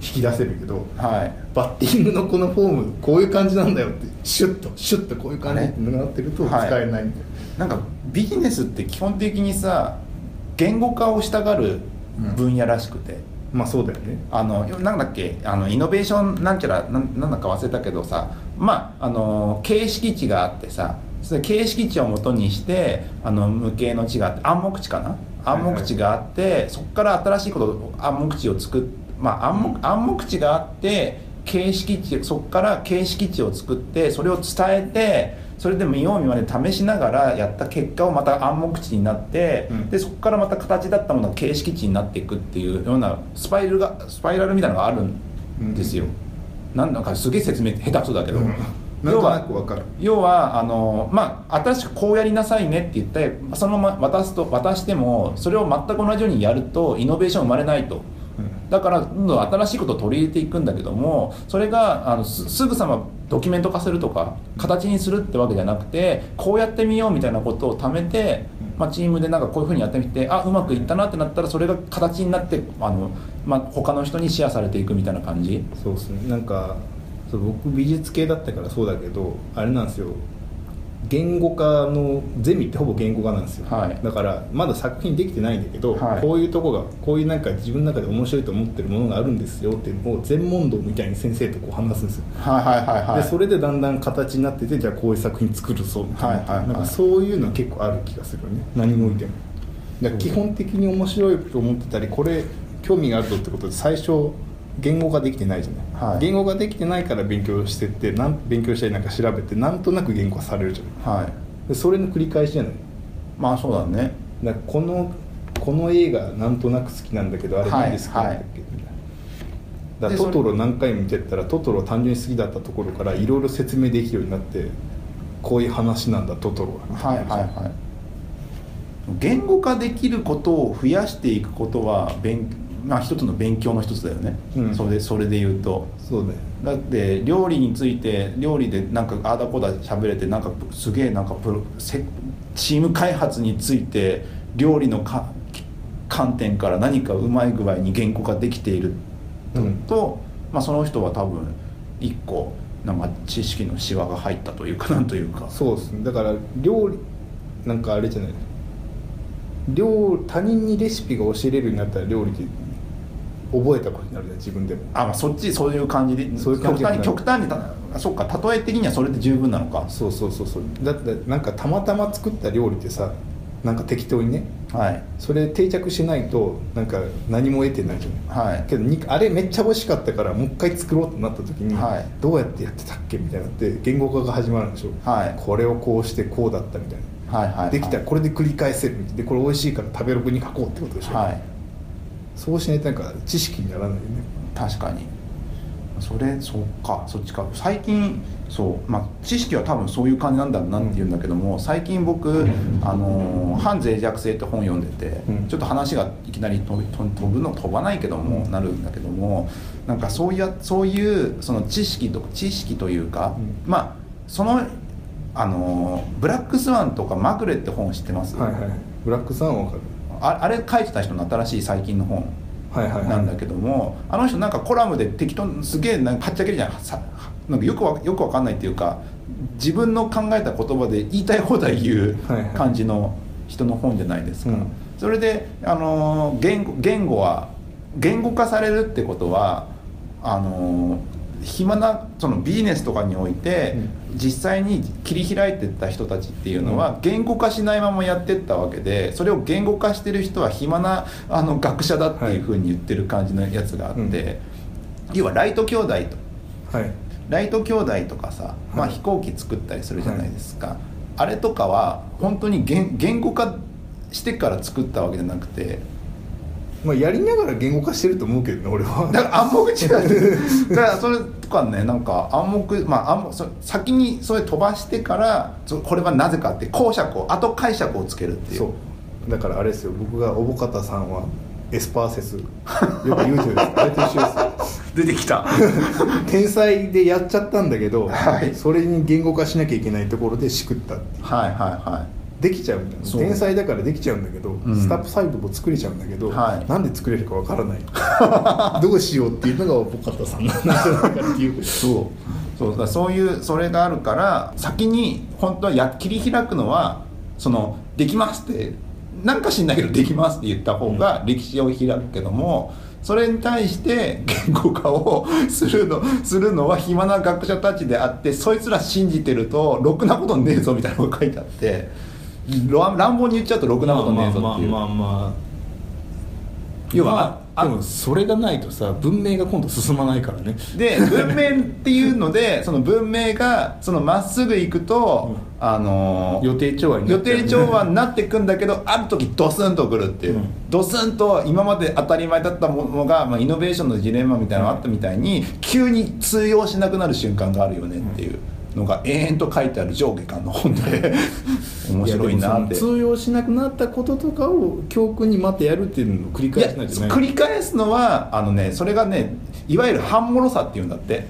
Speaker 2: 引き出せるけど
Speaker 1: はい
Speaker 2: バッティングのこのフォームこういう感じなんだよってシュッとシュッとこういう感じ
Speaker 1: ね
Speaker 2: ってなってると
Speaker 1: はい
Speaker 2: 使えないみたい
Speaker 1: なんかビジネスって基本的にさ言語化をしたがる分野らしくて、
Speaker 2: なまあそうだよね
Speaker 1: あのなんだっけあのイノベーションなんちゃらなんなんだか忘れたけどさまああの形式値があってさそれ形式値をもとにしてあの無形の値があって暗黙値かな暗黙値があって、そこから新しいこと暗黙値を作っまあ暗黙暗黙値があって形式値そこから形式値を作ってそれを伝えてそれで見よう見まねで試しながらやった結果をまた暗黙値になって、
Speaker 2: うん
Speaker 1: でそこからまた形だったものが形式値になっていくっていうようなスパイラルがスパイラルみたいなのがあるんですよ、なんだかすげえ説明下手くそだけど、
Speaker 2: うんなん
Speaker 1: 要
Speaker 2: と
Speaker 1: は
Speaker 2: なくわかる
Speaker 1: 要はあの、まあ、新しくこうやりなさいねって言ってそのまま渡すと渡してもそれを全く同じようにやるとイノベーション生まれないと。だからどんどん新しいことを取り入れていくんだけどもそれがあのすすぐさまドキュメント化するとか形にするってわけじゃなくてこうやってみようみたいなことを貯めて、まあ、チームでなんかこういうふうにやってみてあうまくいったなってなったらそれが形になってあの、まあ、他の人にシェアされていくみたいな感じ
Speaker 2: そうですねなんかそう僕美術系だったからそうだけどあれなんですよ言語化のゼミってほぼ言語化なんですよ、
Speaker 1: はい
Speaker 2: だからまだ作品できてないんだけど、
Speaker 1: はい
Speaker 2: こういうとこがこういうなんか自分の中で面白いと思ってるものがあるんですよっていうのを全問答みたいに先生とこう話すんですよ、
Speaker 1: はいはいはい
Speaker 2: でそれでだんだん形になっててじゃあこういう作品作るぞみた
Speaker 1: は
Speaker 2: いな,、
Speaker 1: いはいはい
Speaker 2: なんかそういうのは結構ある気がするよね何においてもだから基本的に面白いと思ってたりこれ興味があるぞってことで最初言語化できてないじゃない、
Speaker 1: はい
Speaker 2: 言語化できてないから勉強してってなん勉強したりなんか調べてなんとなく言語化されるじゃない
Speaker 1: はい
Speaker 2: でそれの繰り返しじゃない
Speaker 1: まあそうだね
Speaker 2: だからこのこの映画なんとなく好きなんだけどあれ
Speaker 1: はい
Speaker 2: 何ですか、
Speaker 1: はい
Speaker 2: だっけみたいなだか
Speaker 1: でそ
Speaker 2: らト
Speaker 1: れ
Speaker 2: トロ何回も見てったらトトロ単純に好きだったところからいろいろ説明できるようになってこういう話なんだトトロ
Speaker 1: はいはいはい言語化できることを増やしていくことは勉、まあ、一つの勉強の一つだよね、
Speaker 2: うん
Speaker 1: それでそれで言うと
Speaker 2: そうだよ
Speaker 1: だって料理について料理でなんかああだこうだ喋れてなんかすげえなんかプロせチーム開発について料理のか観点から何かうまい具合に言語化できている
Speaker 2: うん
Speaker 1: と、まあ、その人は多分一個なんか知識のシワが入ったというかなんというか
Speaker 2: そうですねだから料理なんかあれじゃない料他人にレシピが教えれるようになったら料理って覚えたことになるじゃん自分でも
Speaker 1: あ、まあ、そっちそういう感じで
Speaker 2: そういう感じになる
Speaker 1: 極端に極端にたそっか例え的にはそれで十分なのか
Speaker 2: そうそうそうそうだってなんかたまたま作った料理ってさなんか適当にね
Speaker 1: はい
Speaker 2: それ定着しないとなんか何も得てないじゃない
Speaker 1: はい
Speaker 2: けどにあれめっちゃ美味しかったからもう一回作ろうとなった時に、
Speaker 1: はい
Speaker 2: どうやってやってたっけみたいになって言語化が始まるんでしょ、
Speaker 1: はい
Speaker 2: これをこうしてこうだったみたいな、
Speaker 1: はいはいはい
Speaker 2: できたらこれで繰り返せるみたいなでこれ美味しいから食べログに書こうってことでしょ、
Speaker 1: はい
Speaker 2: そうしないとなんか知識にならないよね
Speaker 1: 確かにそれそっかそっちか最近そう、まあ、知識は多分そういう感じなんだろうなっていうんだけども、最近僕「あのー反脆弱性」って本読んでて、
Speaker 2: うん
Speaker 1: ちょっと話がいきなり飛び飛飛ぶの飛ばないけども、なるんだけどもなんかそういうそういうその知識と知識というか、
Speaker 2: う
Speaker 1: まあそのあのーブラックスワンとかマグレって本知ってます、
Speaker 2: はいはいブラックさんはわかる
Speaker 1: ああれ書いてた人の新しい最近の本
Speaker 2: はいはいはい
Speaker 1: なんだけども、あの人なんかコラムで適当にすげえなんかはっちゃけるじゃんさなんかよくわよくわかんないっていうか自分の考えた言葉で言いたい放題言う
Speaker 2: はいはい
Speaker 1: 感じの人の本じゃないですか、
Speaker 2: うん
Speaker 1: それで、あのー言語言語は言語化されるってことはあのー暇なそのビジネスとかにおいて、実際に切り開いてった人たちっていうのは、言語化しないままやってったわけでそれを言語化してる人は暇なあの学者だっていうふうに言ってる感じのやつがあって、
Speaker 2: はいうん
Speaker 1: 要はライト兄弟と
Speaker 2: はい
Speaker 1: ライト兄弟とかさ、まあ、
Speaker 2: はい
Speaker 1: 飛行機作ったりするじゃないですか、あれとかは本当に言言語化してから作ったわけじゃなくて
Speaker 2: まあやりながら言語化してると思うけどね 俺は
Speaker 1: だから暗黙違 うだからそれとかねなんか暗黙まあ暗黙それ先にそれ飛ばしてからそこれはなぜかって公爵を後解釈をつけるっていう
Speaker 2: そうだからあれですよ僕がおぼかたさんはエスパーセスよく言うじゃないですかあれと一緒ですよ
Speaker 1: 出てきた
Speaker 2: 天才でやっちゃったんだけど、
Speaker 1: はい
Speaker 2: それに言語化しなきゃいけないところでしくったっていう
Speaker 1: はいはいはい
Speaker 2: できちゃうんだよね
Speaker 1: そう
Speaker 2: 天才だからできちゃうんだけど、
Speaker 1: ん
Speaker 2: スタッフ細部も作れちゃうんだけど、
Speaker 1: はい
Speaker 2: なんで作れるかわからない どうしようっていうのがおぼかたさんなんじゃないかっていう
Speaker 1: そうそうだからそういうそれがあるから先に本当はや切り開くのはそのできますってなんか知んないけどできますって言った方が歴史を開くけども、それに対して言語化を するのするのは暇な学者たちであってそいつら信じてるとろくなことねえぞみたいなのが書いてあって乱乱暴に言っちゃうとろくなことねえぞっていう、
Speaker 2: まあ
Speaker 1: 要
Speaker 2: 要
Speaker 1: は、
Speaker 2: は、
Speaker 1: あ
Speaker 2: でもそれがないとさ文明が今度進まないからね
Speaker 1: で文明っていうのでその文明がそのまっすぐ行くと、あのー
Speaker 2: 予定調和にな
Speaker 1: 予
Speaker 2: っちゃう
Speaker 1: 定調和になっていくんだけどある時ドスンとくるっていう、
Speaker 2: うん
Speaker 1: ドスンと今まで当たり前だったものが、まあ、イノベーションのジレンマみたいなのがあったみたいに急に通用しなくなる瞬間があるよねっていうのが永遠と書いてある上下巻の本で面白いなって。
Speaker 2: やでもその通用しなくなったこととかを教訓にまたやるっていうのを繰り
Speaker 1: いや
Speaker 2: 返しないといけない
Speaker 1: 繰り返すのはあのねそれがねいわゆる半もろさっていうんだって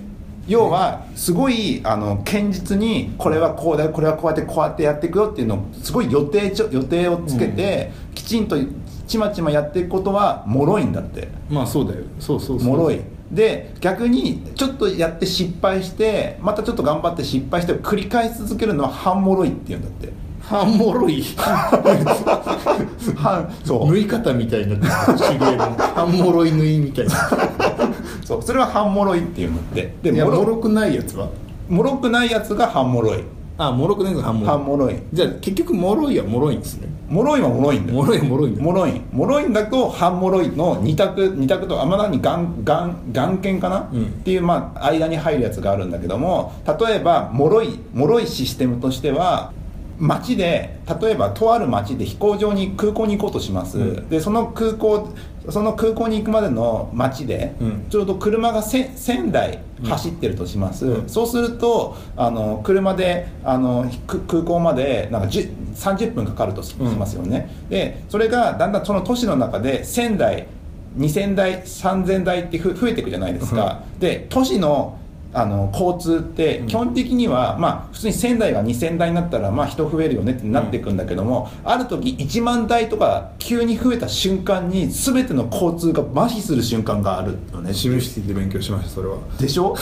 Speaker 1: 要はすごいあの堅実にこれはこうだよこれはこうやってこうやってやっていくよっていうのをすごい予定ちょ予定をつけて、きちんとちまちまやっていくことはもろいんだって
Speaker 2: まあそうだよそうそうそう
Speaker 1: もろいで逆にちょっとやって失敗してまたちょっと頑張って失敗して繰り返し続けるのは半もろいっていうんだ って
Speaker 2: はもろい
Speaker 1: 半 そう
Speaker 2: 縫い方みたいになってる手芸のはもろい縫いみたいな
Speaker 1: そうそれは半もろいっていうんだってで
Speaker 2: いや
Speaker 1: も
Speaker 2: も
Speaker 1: ろ
Speaker 2: ろくないやつは
Speaker 1: もろくないやつが半もろい
Speaker 2: あもろくないやつはもろい
Speaker 1: 半もろい
Speaker 2: じゃあ結局もろいはもろいんですね
Speaker 1: もろいはもろいんだよ
Speaker 2: もろいはもろいんだ
Speaker 1: もろいもろいんだと半もろいの2択二択とあまだにがんがんがん犬かな、
Speaker 2: うん
Speaker 1: っていう、まあ、間に入るやつがあるんだけども例えばもろいもろいシステムとしては街で例えばとある街で飛行場に空港に行こうとします、
Speaker 2: うん
Speaker 1: でその空港その空港に行くまでの街で、
Speaker 2: うん
Speaker 1: ちょうど車がせ1000台走ってるとします、
Speaker 2: うん
Speaker 1: そうするとあの車であのく空港までなんか10 30分かかるとしし
Speaker 2: うん
Speaker 1: ますよね、でそれがだんだんその都市の中で1000台2000台3000台ってふ増えていくじゃないですか、で都市のあの交通って
Speaker 2: ん
Speaker 1: 基本的には、まあ普通に1000台が2000台になったらまあ人増えるよねってなっていくんだけども、ある時1万台とか急に増えた瞬間に全ての交通が麻痺する瞬間があるよね
Speaker 2: 示してで勉強しましたそれは
Speaker 1: でしょ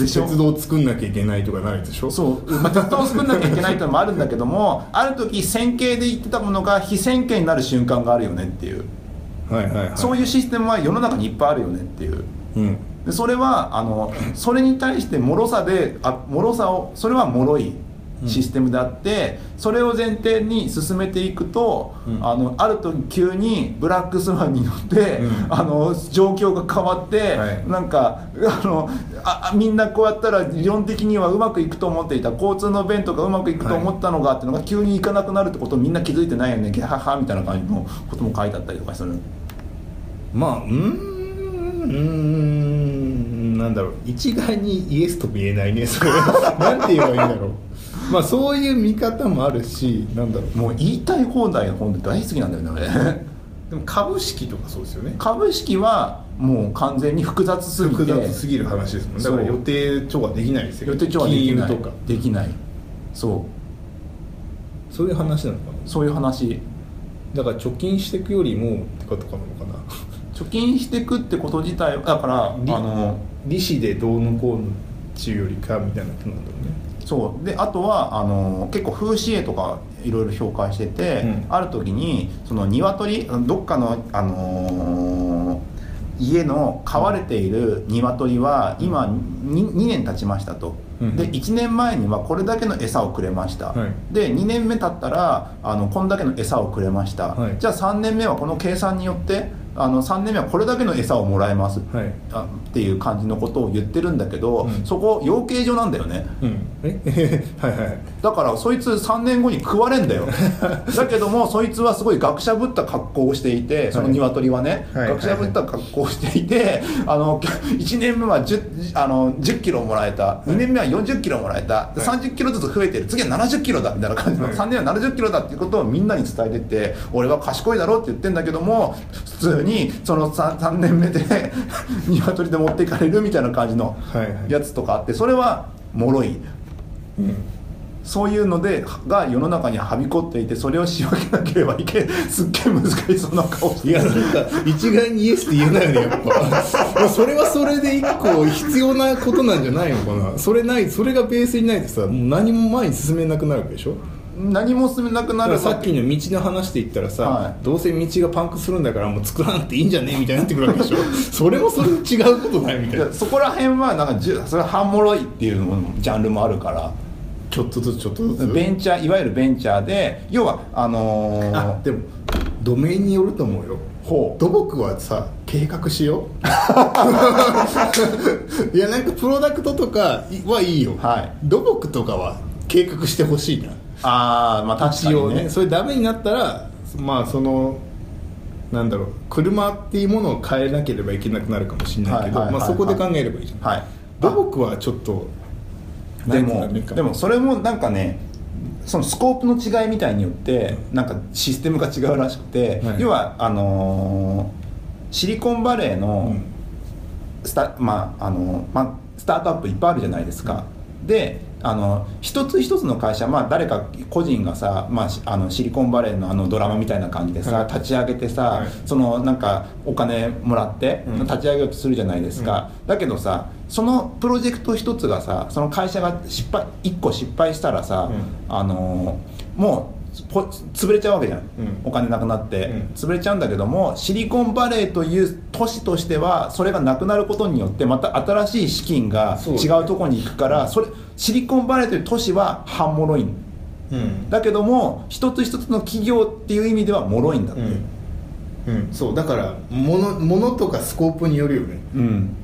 Speaker 1: でしょ
Speaker 2: 鉄道を作んなきゃいけないとかなるでしょ
Speaker 1: そう、まあ、鉄道を作んなきゃいけないってのもあるんだけどもある時線形で言ってたものが非線形になる瞬間があるよねっていう、
Speaker 2: はいはいはい
Speaker 1: そういうシステムは世の中にいっぱいあるよねっていう
Speaker 2: うん
Speaker 1: でそれはあのそれに対して脆さであ脆さをそれは脆いシステムであって、それを前提に進めていくと、
Speaker 2: うん
Speaker 1: あのある時急にブラックスワンに乗って、
Speaker 2: うん
Speaker 1: あの状況が変わって、
Speaker 2: はい
Speaker 1: なんかあのあみんなこうやったら理論的にはうまくいくと思っていた交通の便とかうまくいくと思ったのが、っていうのが急に行かなくなるってことをみんな気づいてないよねギャハハみたいな感じのことも書いてあったりとかする。
Speaker 2: まあうーんうーんなんだろう一概にイエスとも言えないねそれ はなんて言えばいいんだろうまあそういう見方もあるしなんだろう
Speaker 1: もう言いたい放題の本で大好きなんだよね俺。
Speaker 2: でも株式とかそうですよね
Speaker 1: 株式はもう完全に複雑すぎて
Speaker 2: 複雑すぎる話ですもんだから
Speaker 1: そう
Speaker 2: 予定調和できないですよ
Speaker 1: 予定調はできない
Speaker 2: 金融とか
Speaker 1: できないそ
Speaker 2: そういう話なのかな
Speaker 1: うそういう話
Speaker 2: だから貯金していくよりもってことかなのかな
Speaker 1: 貯金していくってこと自体だからあ
Speaker 2: り
Speaker 1: の
Speaker 2: 利子でどうのこうのっていうよりかみたいなことなんだろうね
Speaker 1: そうであとはあの結構風刺絵とかいろいろ紹介してて、
Speaker 2: うん
Speaker 1: ある時にその鶏どっかの、あのー家の飼われている鶏は今 2, 年経ちましたと、
Speaker 2: うん
Speaker 1: で1年前にはこれだけの餌をくれました、
Speaker 2: はい
Speaker 1: で2年目経ったらあのこんだけの餌をくれました、
Speaker 2: はい
Speaker 1: じゃあ3年目はこの計算によってあの3年目はこれだけの餌をもらえます、
Speaker 2: はい
Speaker 1: あっていう感じのことを言ってるんだけど、
Speaker 2: うん
Speaker 1: そこ養鶏場なんだよね、
Speaker 2: うんえ はいはい
Speaker 1: だからそいつ3年後に食われんだ よだけどもそいつはすごい学者ぶった格好をしていてその鶏はね、
Speaker 2: はい
Speaker 1: 学者ぶった格好をしていて、あの1 年目は 10, あの10キロもらえた2年目は40キロもらえた、で
Speaker 2: はい
Speaker 1: 30キロずつ増えてる次は70キロだみたいな感じの、
Speaker 2: はい
Speaker 1: 3年は70キロだっていうことをみんなに伝えてて俺は賢いだろうって言ってんだけども普通にその 3, 3年目で 鶏で持っていかれるみたいな感じの
Speaker 2: はいはい
Speaker 1: やつとかあってそれは脆い。
Speaker 2: うん
Speaker 1: そういうのでが世の中にはびこっていてそれを仕分けなければいけすっげえ難しそうな顔して
Speaker 2: いやなんか一概にイエスって言えないよねやっぱまあそれはそれで一個必要なことなんじゃないのかなそれないそれがベースにないとさもう何も前に進めなくなるわけでしょ
Speaker 1: 何も進めなくな
Speaker 2: だか
Speaker 1: る
Speaker 2: らさっきの道の話で言ったらさ、
Speaker 1: はい
Speaker 2: どうせ道がパンクするんだからもう作らなくていいんじゃねみたいになってくるわけでしょ それもそれで違うことないみたい
Speaker 1: い
Speaker 2: な
Speaker 1: やそこら辺はなんかじゅそれは半もろいっていうのもジャンルもあるから
Speaker 2: ちょっとずつちょっとずつ
Speaker 1: ベンチャーいわゆるベンチャーで要はあのー
Speaker 2: あでもドメインによると思うよ
Speaker 1: ほう
Speaker 2: 土木はさ計画しよう いやなんかプロダクトとかはいいよ、
Speaker 1: はい
Speaker 2: 土木とかは計画してほしいな
Speaker 1: ああまあ確か
Speaker 2: 一応
Speaker 1: に
Speaker 2: ね
Speaker 1: ね
Speaker 2: それダメになったらまあそのなんだろう車っていうものを変えなければいけなくなるかもしれないけど、
Speaker 1: はいはいはいはい
Speaker 2: まあ、そこで考えればいいじゃん、
Speaker 1: はい
Speaker 2: 土木はちょっと
Speaker 1: で
Speaker 2: な
Speaker 1: も
Speaker 2: んていうか
Speaker 1: でもそれもなんかねそのスコープの違いみたいによってなんかシステムが違うらしくて、
Speaker 2: はい
Speaker 1: 要はあのーシリコンバレー
Speaker 2: う
Speaker 1: の
Speaker 2: ん
Speaker 1: スタ,、まああのまあ、スタートアップいっぱいあるじゃないですか。であの一つ一つの会社、まあ、誰か個人がさ、まあ、しあのシリコンバレーのあのドラマみたいな感じでさ、
Speaker 2: はい
Speaker 1: 立ち上げてさ、
Speaker 2: はい
Speaker 1: そのなんかお金もらって
Speaker 2: うん
Speaker 1: 立ち上げようとするじゃないですか、だけどさそのプロジェクト一つがさその会社が失敗1個失敗したらさ、
Speaker 2: う
Speaker 1: あのーもうぽ潰れちゃうわけじゃん、
Speaker 2: うん
Speaker 1: お金なくなって、
Speaker 2: うん
Speaker 1: 潰れちゃうんだけどもシリコンバレーという都市としてはそれがなくなることによってまた新しい資金が
Speaker 2: そう
Speaker 1: 違うところに行くからそれシリコンバレーという都市は半もろいん
Speaker 2: うん
Speaker 1: だけども一つ一つの企業っていう意味ではもろいんだって、
Speaker 2: うん、うん、そうだからものものとかスコープによるよね
Speaker 1: うん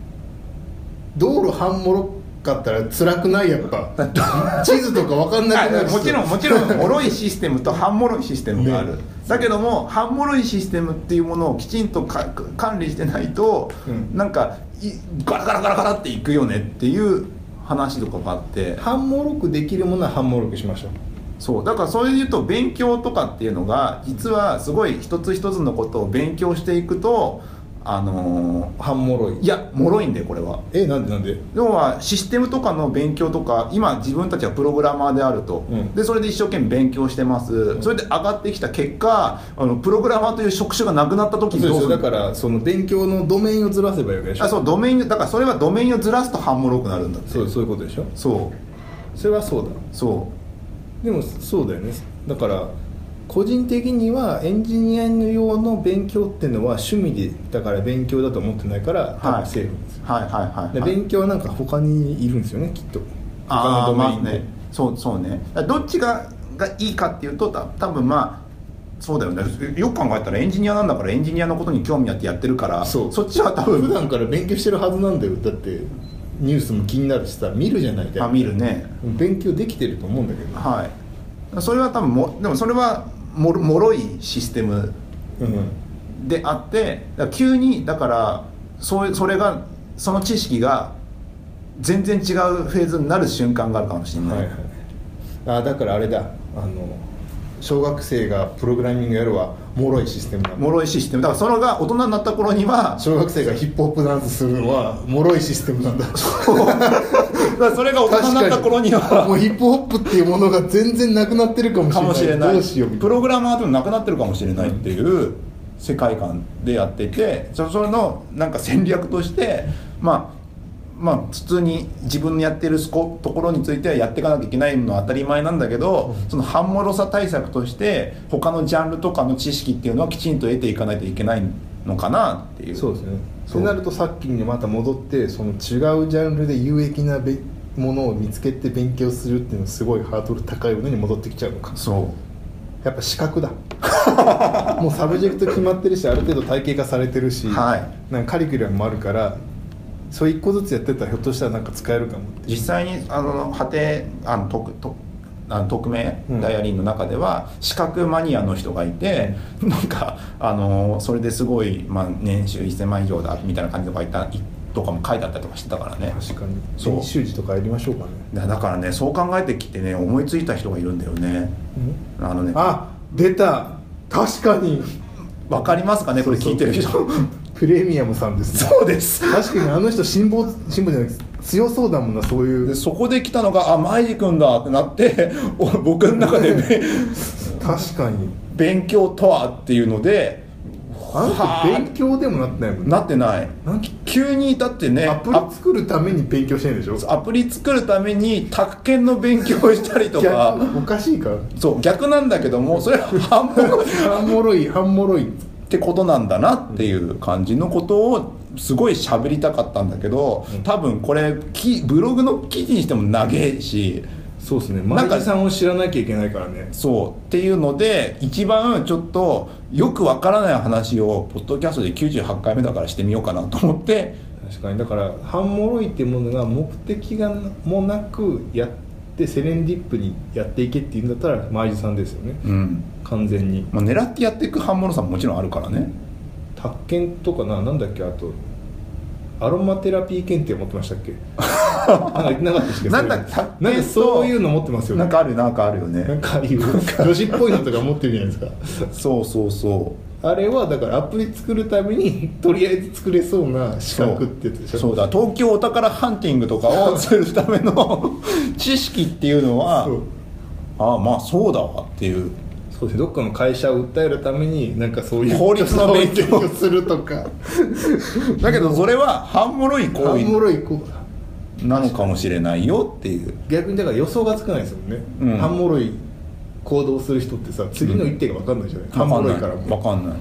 Speaker 2: 道路半もろかったら辛くないやっ ぱ地図とか分かんなくな
Speaker 1: あ
Speaker 2: るし
Speaker 1: もちろんもちろんもろいシステムと 半もろいシステムがある、
Speaker 2: ね
Speaker 1: だけども半もろいシステムっていうものをきちんとか管理してないと、
Speaker 2: うん
Speaker 1: なんかいガラガラガラガラっていくよねっていう話とかがあって
Speaker 2: 半もろくできるものは半もろくしましょう
Speaker 1: そうだからそれで言うと勉強とかっていうのが実はすごい一つ一つのことを勉強していくとあの
Speaker 2: 半もろい
Speaker 1: ーいやもろいんだよこれは。
Speaker 2: えなんでなんで
Speaker 1: 要はシステムとかの勉強とか今自分たちはプログラマーであると、
Speaker 2: うん
Speaker 1: でそれで一生懸命勉強してます、それで上がってきた結果あのプログラマーという職種がなくなった時
Speaker 2: そう
Speaker 1: にどう
Speaker 2: です
Speaker 1: す
Speaker 2: よ
Speaker 1: る
Speaker 2: だからその勉強のドメインをずらせばいいわけでしょ
Speaker 1: あそうドメインだからそれはドメインをずらすと半もろくなるんだって
Speaker 2: そうそういうことでしょ
Speaker 1: そう
Speaker 2: それはそうだ
Speaker 1: そう
Speaker 2: でもそうだよねだから個人的にはエンジニアの用の勉強っていうのは趣味でだから勉強だと思ってないから多分セーフですよ、
Speaker 1: はいはいはい
Speaker 2: で
Speaker 1: はい
Speaker 2: 勉強はなんか他にいるんですよねきっと
Speaker 1: ああ
Speaker 2: 他のド
Speaker 1: ま
Speaker 2: メイ
Speaker 1: あ
Speaker 2: ンで、
Speaker 1: ねそうそうねだからどっちががいいかっていうとた多分まあそうだよねよく考えたらエンジニアなんだからエンジニアのことに興味あってやってるから
Speaker 2: そう
Speaker 1: っちは多
Speaker 2: 普
Speaker 1: 分
Speaker 2: 段から勉強してるはずなんだよだってニュースも気になるしさ見るじゃない
Speaker 1: あ見るね
Speaker 2: 勉強できてると思うんだけど
Speaker 1: はい、それは多分もでもそれはもろもろいシステム
Speaker 2: うん
Speaker 1: であってだから急にだからそうそれがその知識が全然違うフェーズになる瞬間があるかもしれない、
Speaker 2: はいはい、あだからあれだあの小学生がプログラミングやるはもろいシステムだ
Speaker 1: もろいシステムだからそれが大人になった頃には
Speaker 2: 小学生がヒップホップダンスするのはもろいシステムなんだ
Speaker 1: だからそれが大人になった頃には
Speaker 2: もうヒップホップっていうものが全然なくなってるかもしれ
Speaker 1: か
Speaker 2: ない
Speaker 1: もしれない
Speaker 2: どうしようみた
Speaker 1: プ
Speaker 2: いな
Speaker 1: ログラマーでもなくなってるかもしれないっていう世界観でやっててそそれのなんか戦略としてまあまあ普通に自分のやってるスコところについてはやっていかなきゃいけないのは当たり前なんだけどその半もろさ対策として他のジャンルとかの知識っていうのはきちんと得ていかないといけないのかなっていう
Speaker 2: そうですね
Speaker 1: そ
Speaker 2: そううなるとさっきにまた戻ってその違うジャンルで有益なべものを見つけて勉強するっていうのはすごいハードル高いものに戻ってきちゃうのか
Speaker 1: そう
Speaker 2: やっぱ資格だ もうサブジェクト決まってるしある程度体系化されてるし、
Speaker 1: はい
Speaker 2: なんかカリキュラムもあるからそれ一個ずつやってったらひょっとしたらなんか使えるかも
Speaker 1: 実際にあの果てあの特とあの匿名
Speaker 2: うん
Speaker 1: ダイアリーの中では資格マニアの人がいて、なんかあのそれですごい、まあ、年収1000万以上だみたいな感じとかいたいとかも書いてあったりとかしてたからね
Speaker 2: 確かに
Speaker 1: そう
Speaker 2: 練習時とかやりましょうかね、
Speaker 1: だだからねそう考えてきてね思いついた人がいるんだよねあのね
Speaker 2: あ出た確かに
Speaker 1: わかりますかねこれ聞いて る人
Speaker 2: そ
Speaker 1: そうう
Speaker 2: そうプレミアムさんですね
Speaker 1: です
Speaker 2: 確かにあの人辛抱辛抱じゃなくて強そうだもんなそうい
Speaker 1: で
Speaker 2: う
Speaker 1: そこで来たのがあマイジ君だってなって お僕の中で、 ね、
Speaker 2: 確かに
Speaker 1: 勉強とはっていうので
Speaker 2: あ
Speaker 1: は
Speaker 2: の
Speaker 1: あ
Speaker 2: 人勉強でもなってないもんね
Speaker 1: なってない
Speaker 2: なんか
Speaker 1: 急にだってね
Speaker 2: アプリ作るために勉強してるんでしょ
Speaker 1: アプリ作るために宅建の勉強をしたりとか
Speaker 2: 逆おかしいから
Speaker 1: そう逆なんだけどもそれは半分っ
Speaker 2: ハンモロイハンモロイ
Speaker 1: てことなんだなっていう感じのことをすごい喋りたかったんだけど多分これきブログの記事にしても長えし
Speaker 2: そうですね
Speaker 1: なんか
Speaker 2: マジさんを知らなきゃいけないからね
Speaker 1: そうっていうので一番ちょっとよくわからない話をポッドキャストで98回目だからしてみようかなと思って
Speaker 2: 確かにだからハンモロイっていうものが目的がもなくやってセレンディップにやっていけっていうんだったらマイジさんですよね
Speaker 1: うん、
Speaker 2: 完全に
Speaker 1: まあ、狙ってやっていく半物さももちろんあるからね
Speaker 2: 宅建とかななんだっけあとアロマテラピー検定持ってましたっ けなんか言ってなかったっけ
Speaker 1: なんだ
Speaker 2: そういうの
Speaker 1: 宅建と
Speaker 2: なんかそういうの持ってますよね
Speaker 1: なんかあるなんかあるよ
Speaker 2: なん
Speaker 1: ね
Speaker 2: かああいう女子っぽいのとか持ってるじゃないですか
Speaker 1: そうそうそう
Speaker 2: あれはだからアプリ作るためにとりあえず作れそうな資格ってやつでしょ
Speaker 1: そうだ東京お宝ハンティングとかをするための 知識っていうのは
Speaker 2: そう
Speaker 1: ああまあそうだわっていう
Speaker 2: そうですねどっかの会社を訴えるためになんかそういう
Speaker 1: 法律の勉強
Speaker 2: をするとか
Speaker 1: だけどそれは半もろい行
Speaker 2: おも
Speaker 1: 為
Speaker 2: ろいこう
Speaker 1: なのかもしれないよっていう
Speaker 2: 逆にだから予想がつかないですもんね、
Speaker 1: うん
Speaker 2: ハンモロイ行動する人ってさ次の一手が分かんないじゃない、ハンモロイからも
Speaker 1: 分かんない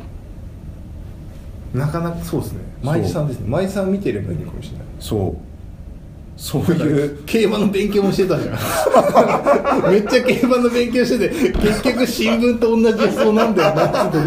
Speaker 2: なかなかそうですね
Speaker 1: そう
Speaker 2: 舞地さんですね舞地さん見てればいいのかもしれない
Speaker 1: そうそういう
Speaker 2: 競馬の勉強もしてたじゃん めっちゃ競馬の勉強してて結局新聞と同じ予想なんだよなってね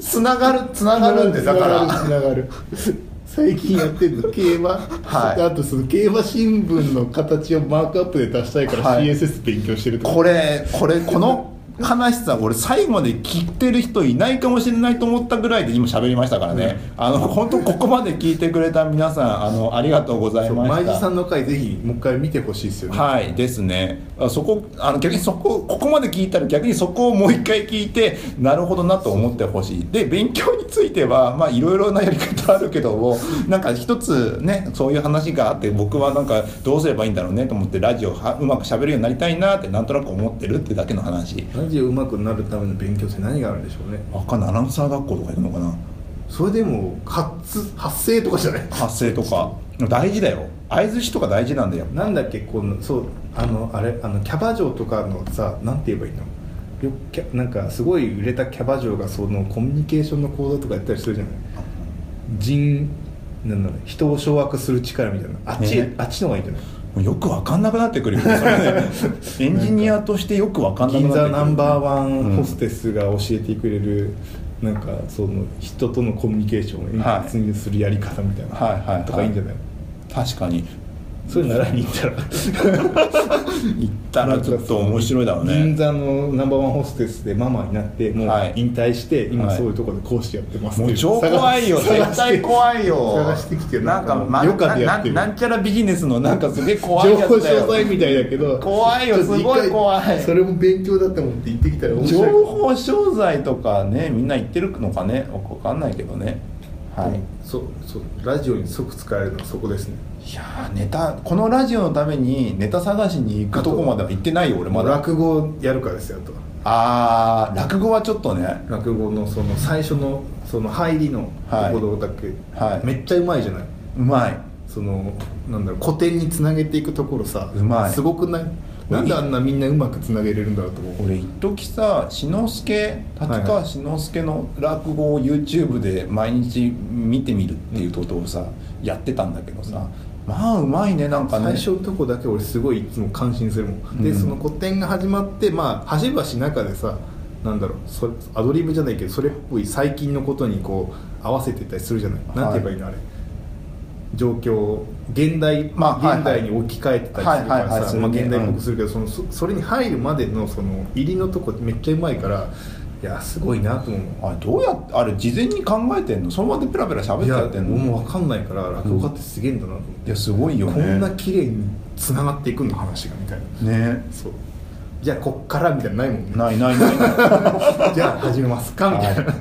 Speaker 1: つながるつながるんでだから
Speaker 2: つながるつながる最近やってるの競馬、
Speaker 1: はい
Speaker 2: あとその競馬新聞の形をマークアップで出したいから
Speaker 1: はい
Speaker 2: CSS 勉強してるとか
Speaker 1: これこれこの話さ俺最後まで聞いてる人いないかもしれないと思ったぐらいで今喋りましたからね、あの本当ここまで聞いてくれた皆さんあのありがとうございま
Speaker 2: 前
Speaker 1: し
Speaker 2: 地さ
Speaker 1: た
Speaker 2: んの回ぜひもう一回見てほしいですよね、
Speaker 1: はいですねあそこあの逆にそこここまで聞いたら逆にそこをもう一回聞いてなるほどなと思ってほしいで勉強についてはまあいろいろなやり方あるけどもなんか一つねそういう話があって僕はなんかどうすればいいんだろうねと思ってラジオはうまく喋るようになりたいなってなんとなく思ってるってだけの話
Speaker 2: ラジオ上手くなるための勉強って何があるんでしょうね
Speaker 1: わかんないアナウンサー学校とか行くのかな
Speaker 2: それでも発発声とかじゃない
Speaker 1: 発声とか大事だよ相づちとか大事なんだよ
Speaker 2: なんだっけこのそうあのあれあのキャバ嬢とかのさなんて言えばいいのよキャなんかすごい売れたキャバ嬢がそのコミュニケーションの講座とかやったりするじゃない人なんだろう人を掌握する力みたいなあっち、
Speaker 1: ね
Speaker 2: あっちの方がいいんじゃない
Speaker 1: もうよくわかんなくなってくるよねそれ ねエンジニアとしてよくわかんなくなって
Speaker 2: 銀
Speaker 1: くる
Speaker 2: 座ナンバーワ
Speaker 1: うん
Speaker 2: ンホステスが教えてくれる、なんかその人とのコミュニケーションを円滑にするやり方みたいな、
Speaker 1: はいはいはい
Speaker 2: とかいいんじゃない、
Speaker 1: 確かに
Speaker 2: そういうの習いに行ったら
Speaker 1: 行ったらちょっと面白いだろう
Speaker 2: 銀
Speaker 1: ね
Speaker 2: 座のナンバーワンホステスでママになってもう
Speaker 1: はい
Speaker 2: 引退して、今
Speaker 1: はい
Speaker 2: そういうところで講師やってます
Speaker 1: も
Speaker 2: って
Speaker 1: う
Speaker 2: いう
Speaker 1: 超怖いよ
Speaker 2: 探し
Speaker 1: 絶対怖いよ
Speaker 2: 探してきてる
Speaker 1: なんか、ま、
Speaker 2: よかったや
Speaker 1: な
Speaker 2: ってる
Speaker 1: なんちゃらビジネスのなんかすげえ怖い
Speaker 2: 情
Speaker 1: や
Speaker 2: 報
Speaker 1: つだ
Speaker 2: 商
Speaker 1: よ
Speaker 2: 材みたいだけど
Speaker 1: 怖いよ
Speaker 2: ちょっと一回
Speaker 1: すごい怖い
Speaker 2: それも勉強だって思って行ってきたら面
Speaker 1: 情
Speaker 2: 白い
Speaker 1: 報商材とかねみんな言ってるのかねわかんないけどねはい、
Speaker 2: そうそうラジオに即使えるのはそこですね
Speaker 1: いやーネタこのラジオのためにネタ探しに行くとこまでは行ってないよ俺まだ
Speaker 2: 落語やるかですよと
Speaker 1: あー落語はちょっとね
Speaker 2: 落語のその最初のその入りの
Speaker 1: はい
Speaker 2: 報道だけ、
Speaker 1: はい
Speaker 2: めっちゃうまいじゃないう
Speaker 1: まい
Speaker 2: そのなんだろう古典につなげていくところさ
Speaker 1: うまい
Speaker 2: すごくないなんであんなみんなうまくつなげれるんだろうと思う
Speaker 1: 俺一時さ志の輔立川志の輔の落語を YouTube で毎日見てみるっていうことをさやってたんだけどさまあうまいねなんかね
Speaker 2: 最初のとこだけ俺すごいいつも感心するもん、
Speaker 1: う
Speaker 2: で
Speaker 1: ん
Speaker 2: その古典が始まってまあ端々中でさなんだろうそれアドリブじゃないけどそれっぽい最近のことにこう合わせてたりするじゃない、なんて言えばいいのあれ状況現代、
Speaker 1: まあはいはい
Speaker 2: 現代に置き換えてたりするか
Speaker 1: はいはい
Speaker 2: ら
Speaker 1: はい
Speaker 2: さ、
Speaker 1: するね
Speaker 2: まあ、現代っぽくするけど、そのそそれに入るまでのその入りのとこめっちゃうまいからいやすごいなと思う
Speaker 1: あれどうやってあれ事前に考えてんのその場でペラペラ喋っ
Speaker 2: い
Speaker 1: ち
Speaker 2: や
Speaker 1: ゃってんの
Speaker 2: もう分かんないから落語家ってすげえんだなと思って
Speaker 1: いやすごいよ
Speaker 2: こ
Speaker 1: ね
Speaker 2: んな綺麗に繋がっていくんだ話がみたいな
Speaker 1: ね
Speaker 2: そうじゃあこっからみたいなのないもんね
Speaker 1: ないないないない
Speaker 2: じゃあ始めますかみたいな、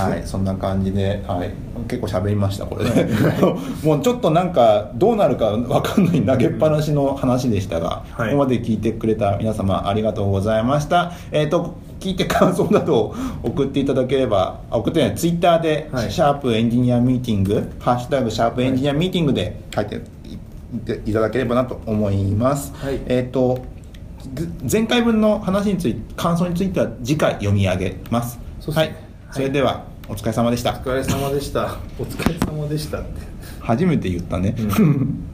Speaker 1: はいそんな感じで、はい、結構喋りましたこれね もうちょっとなんかどうなるかわかんない投げっぱなしの話でしたが、
Speaker 2: はい
Speaker 1: ここまで聞いてくれた皆様ありがとうございましたえっ、と聞いて感想などを送っていただければあ送ってないツイッターで、
Speaker 2: はい
Speaker 1: シャープエンジニアミーティングハッシュタグシャープエンジニアミーティングで書いていていただければなと思います、
Speaker 2: はい
Speaker 1: えっ、とず前回分の話について感想については次回読み上げます
Speaker 2: そうっす
Speaker 1: は
Speaker 2: ね
Speaker 1: いそれでは、お疲れ様でした
Speaker 2: お疲れ様でしたお疲れ様でしたって
Speaker 1: 初めて言ったね、
Speaker 2: うん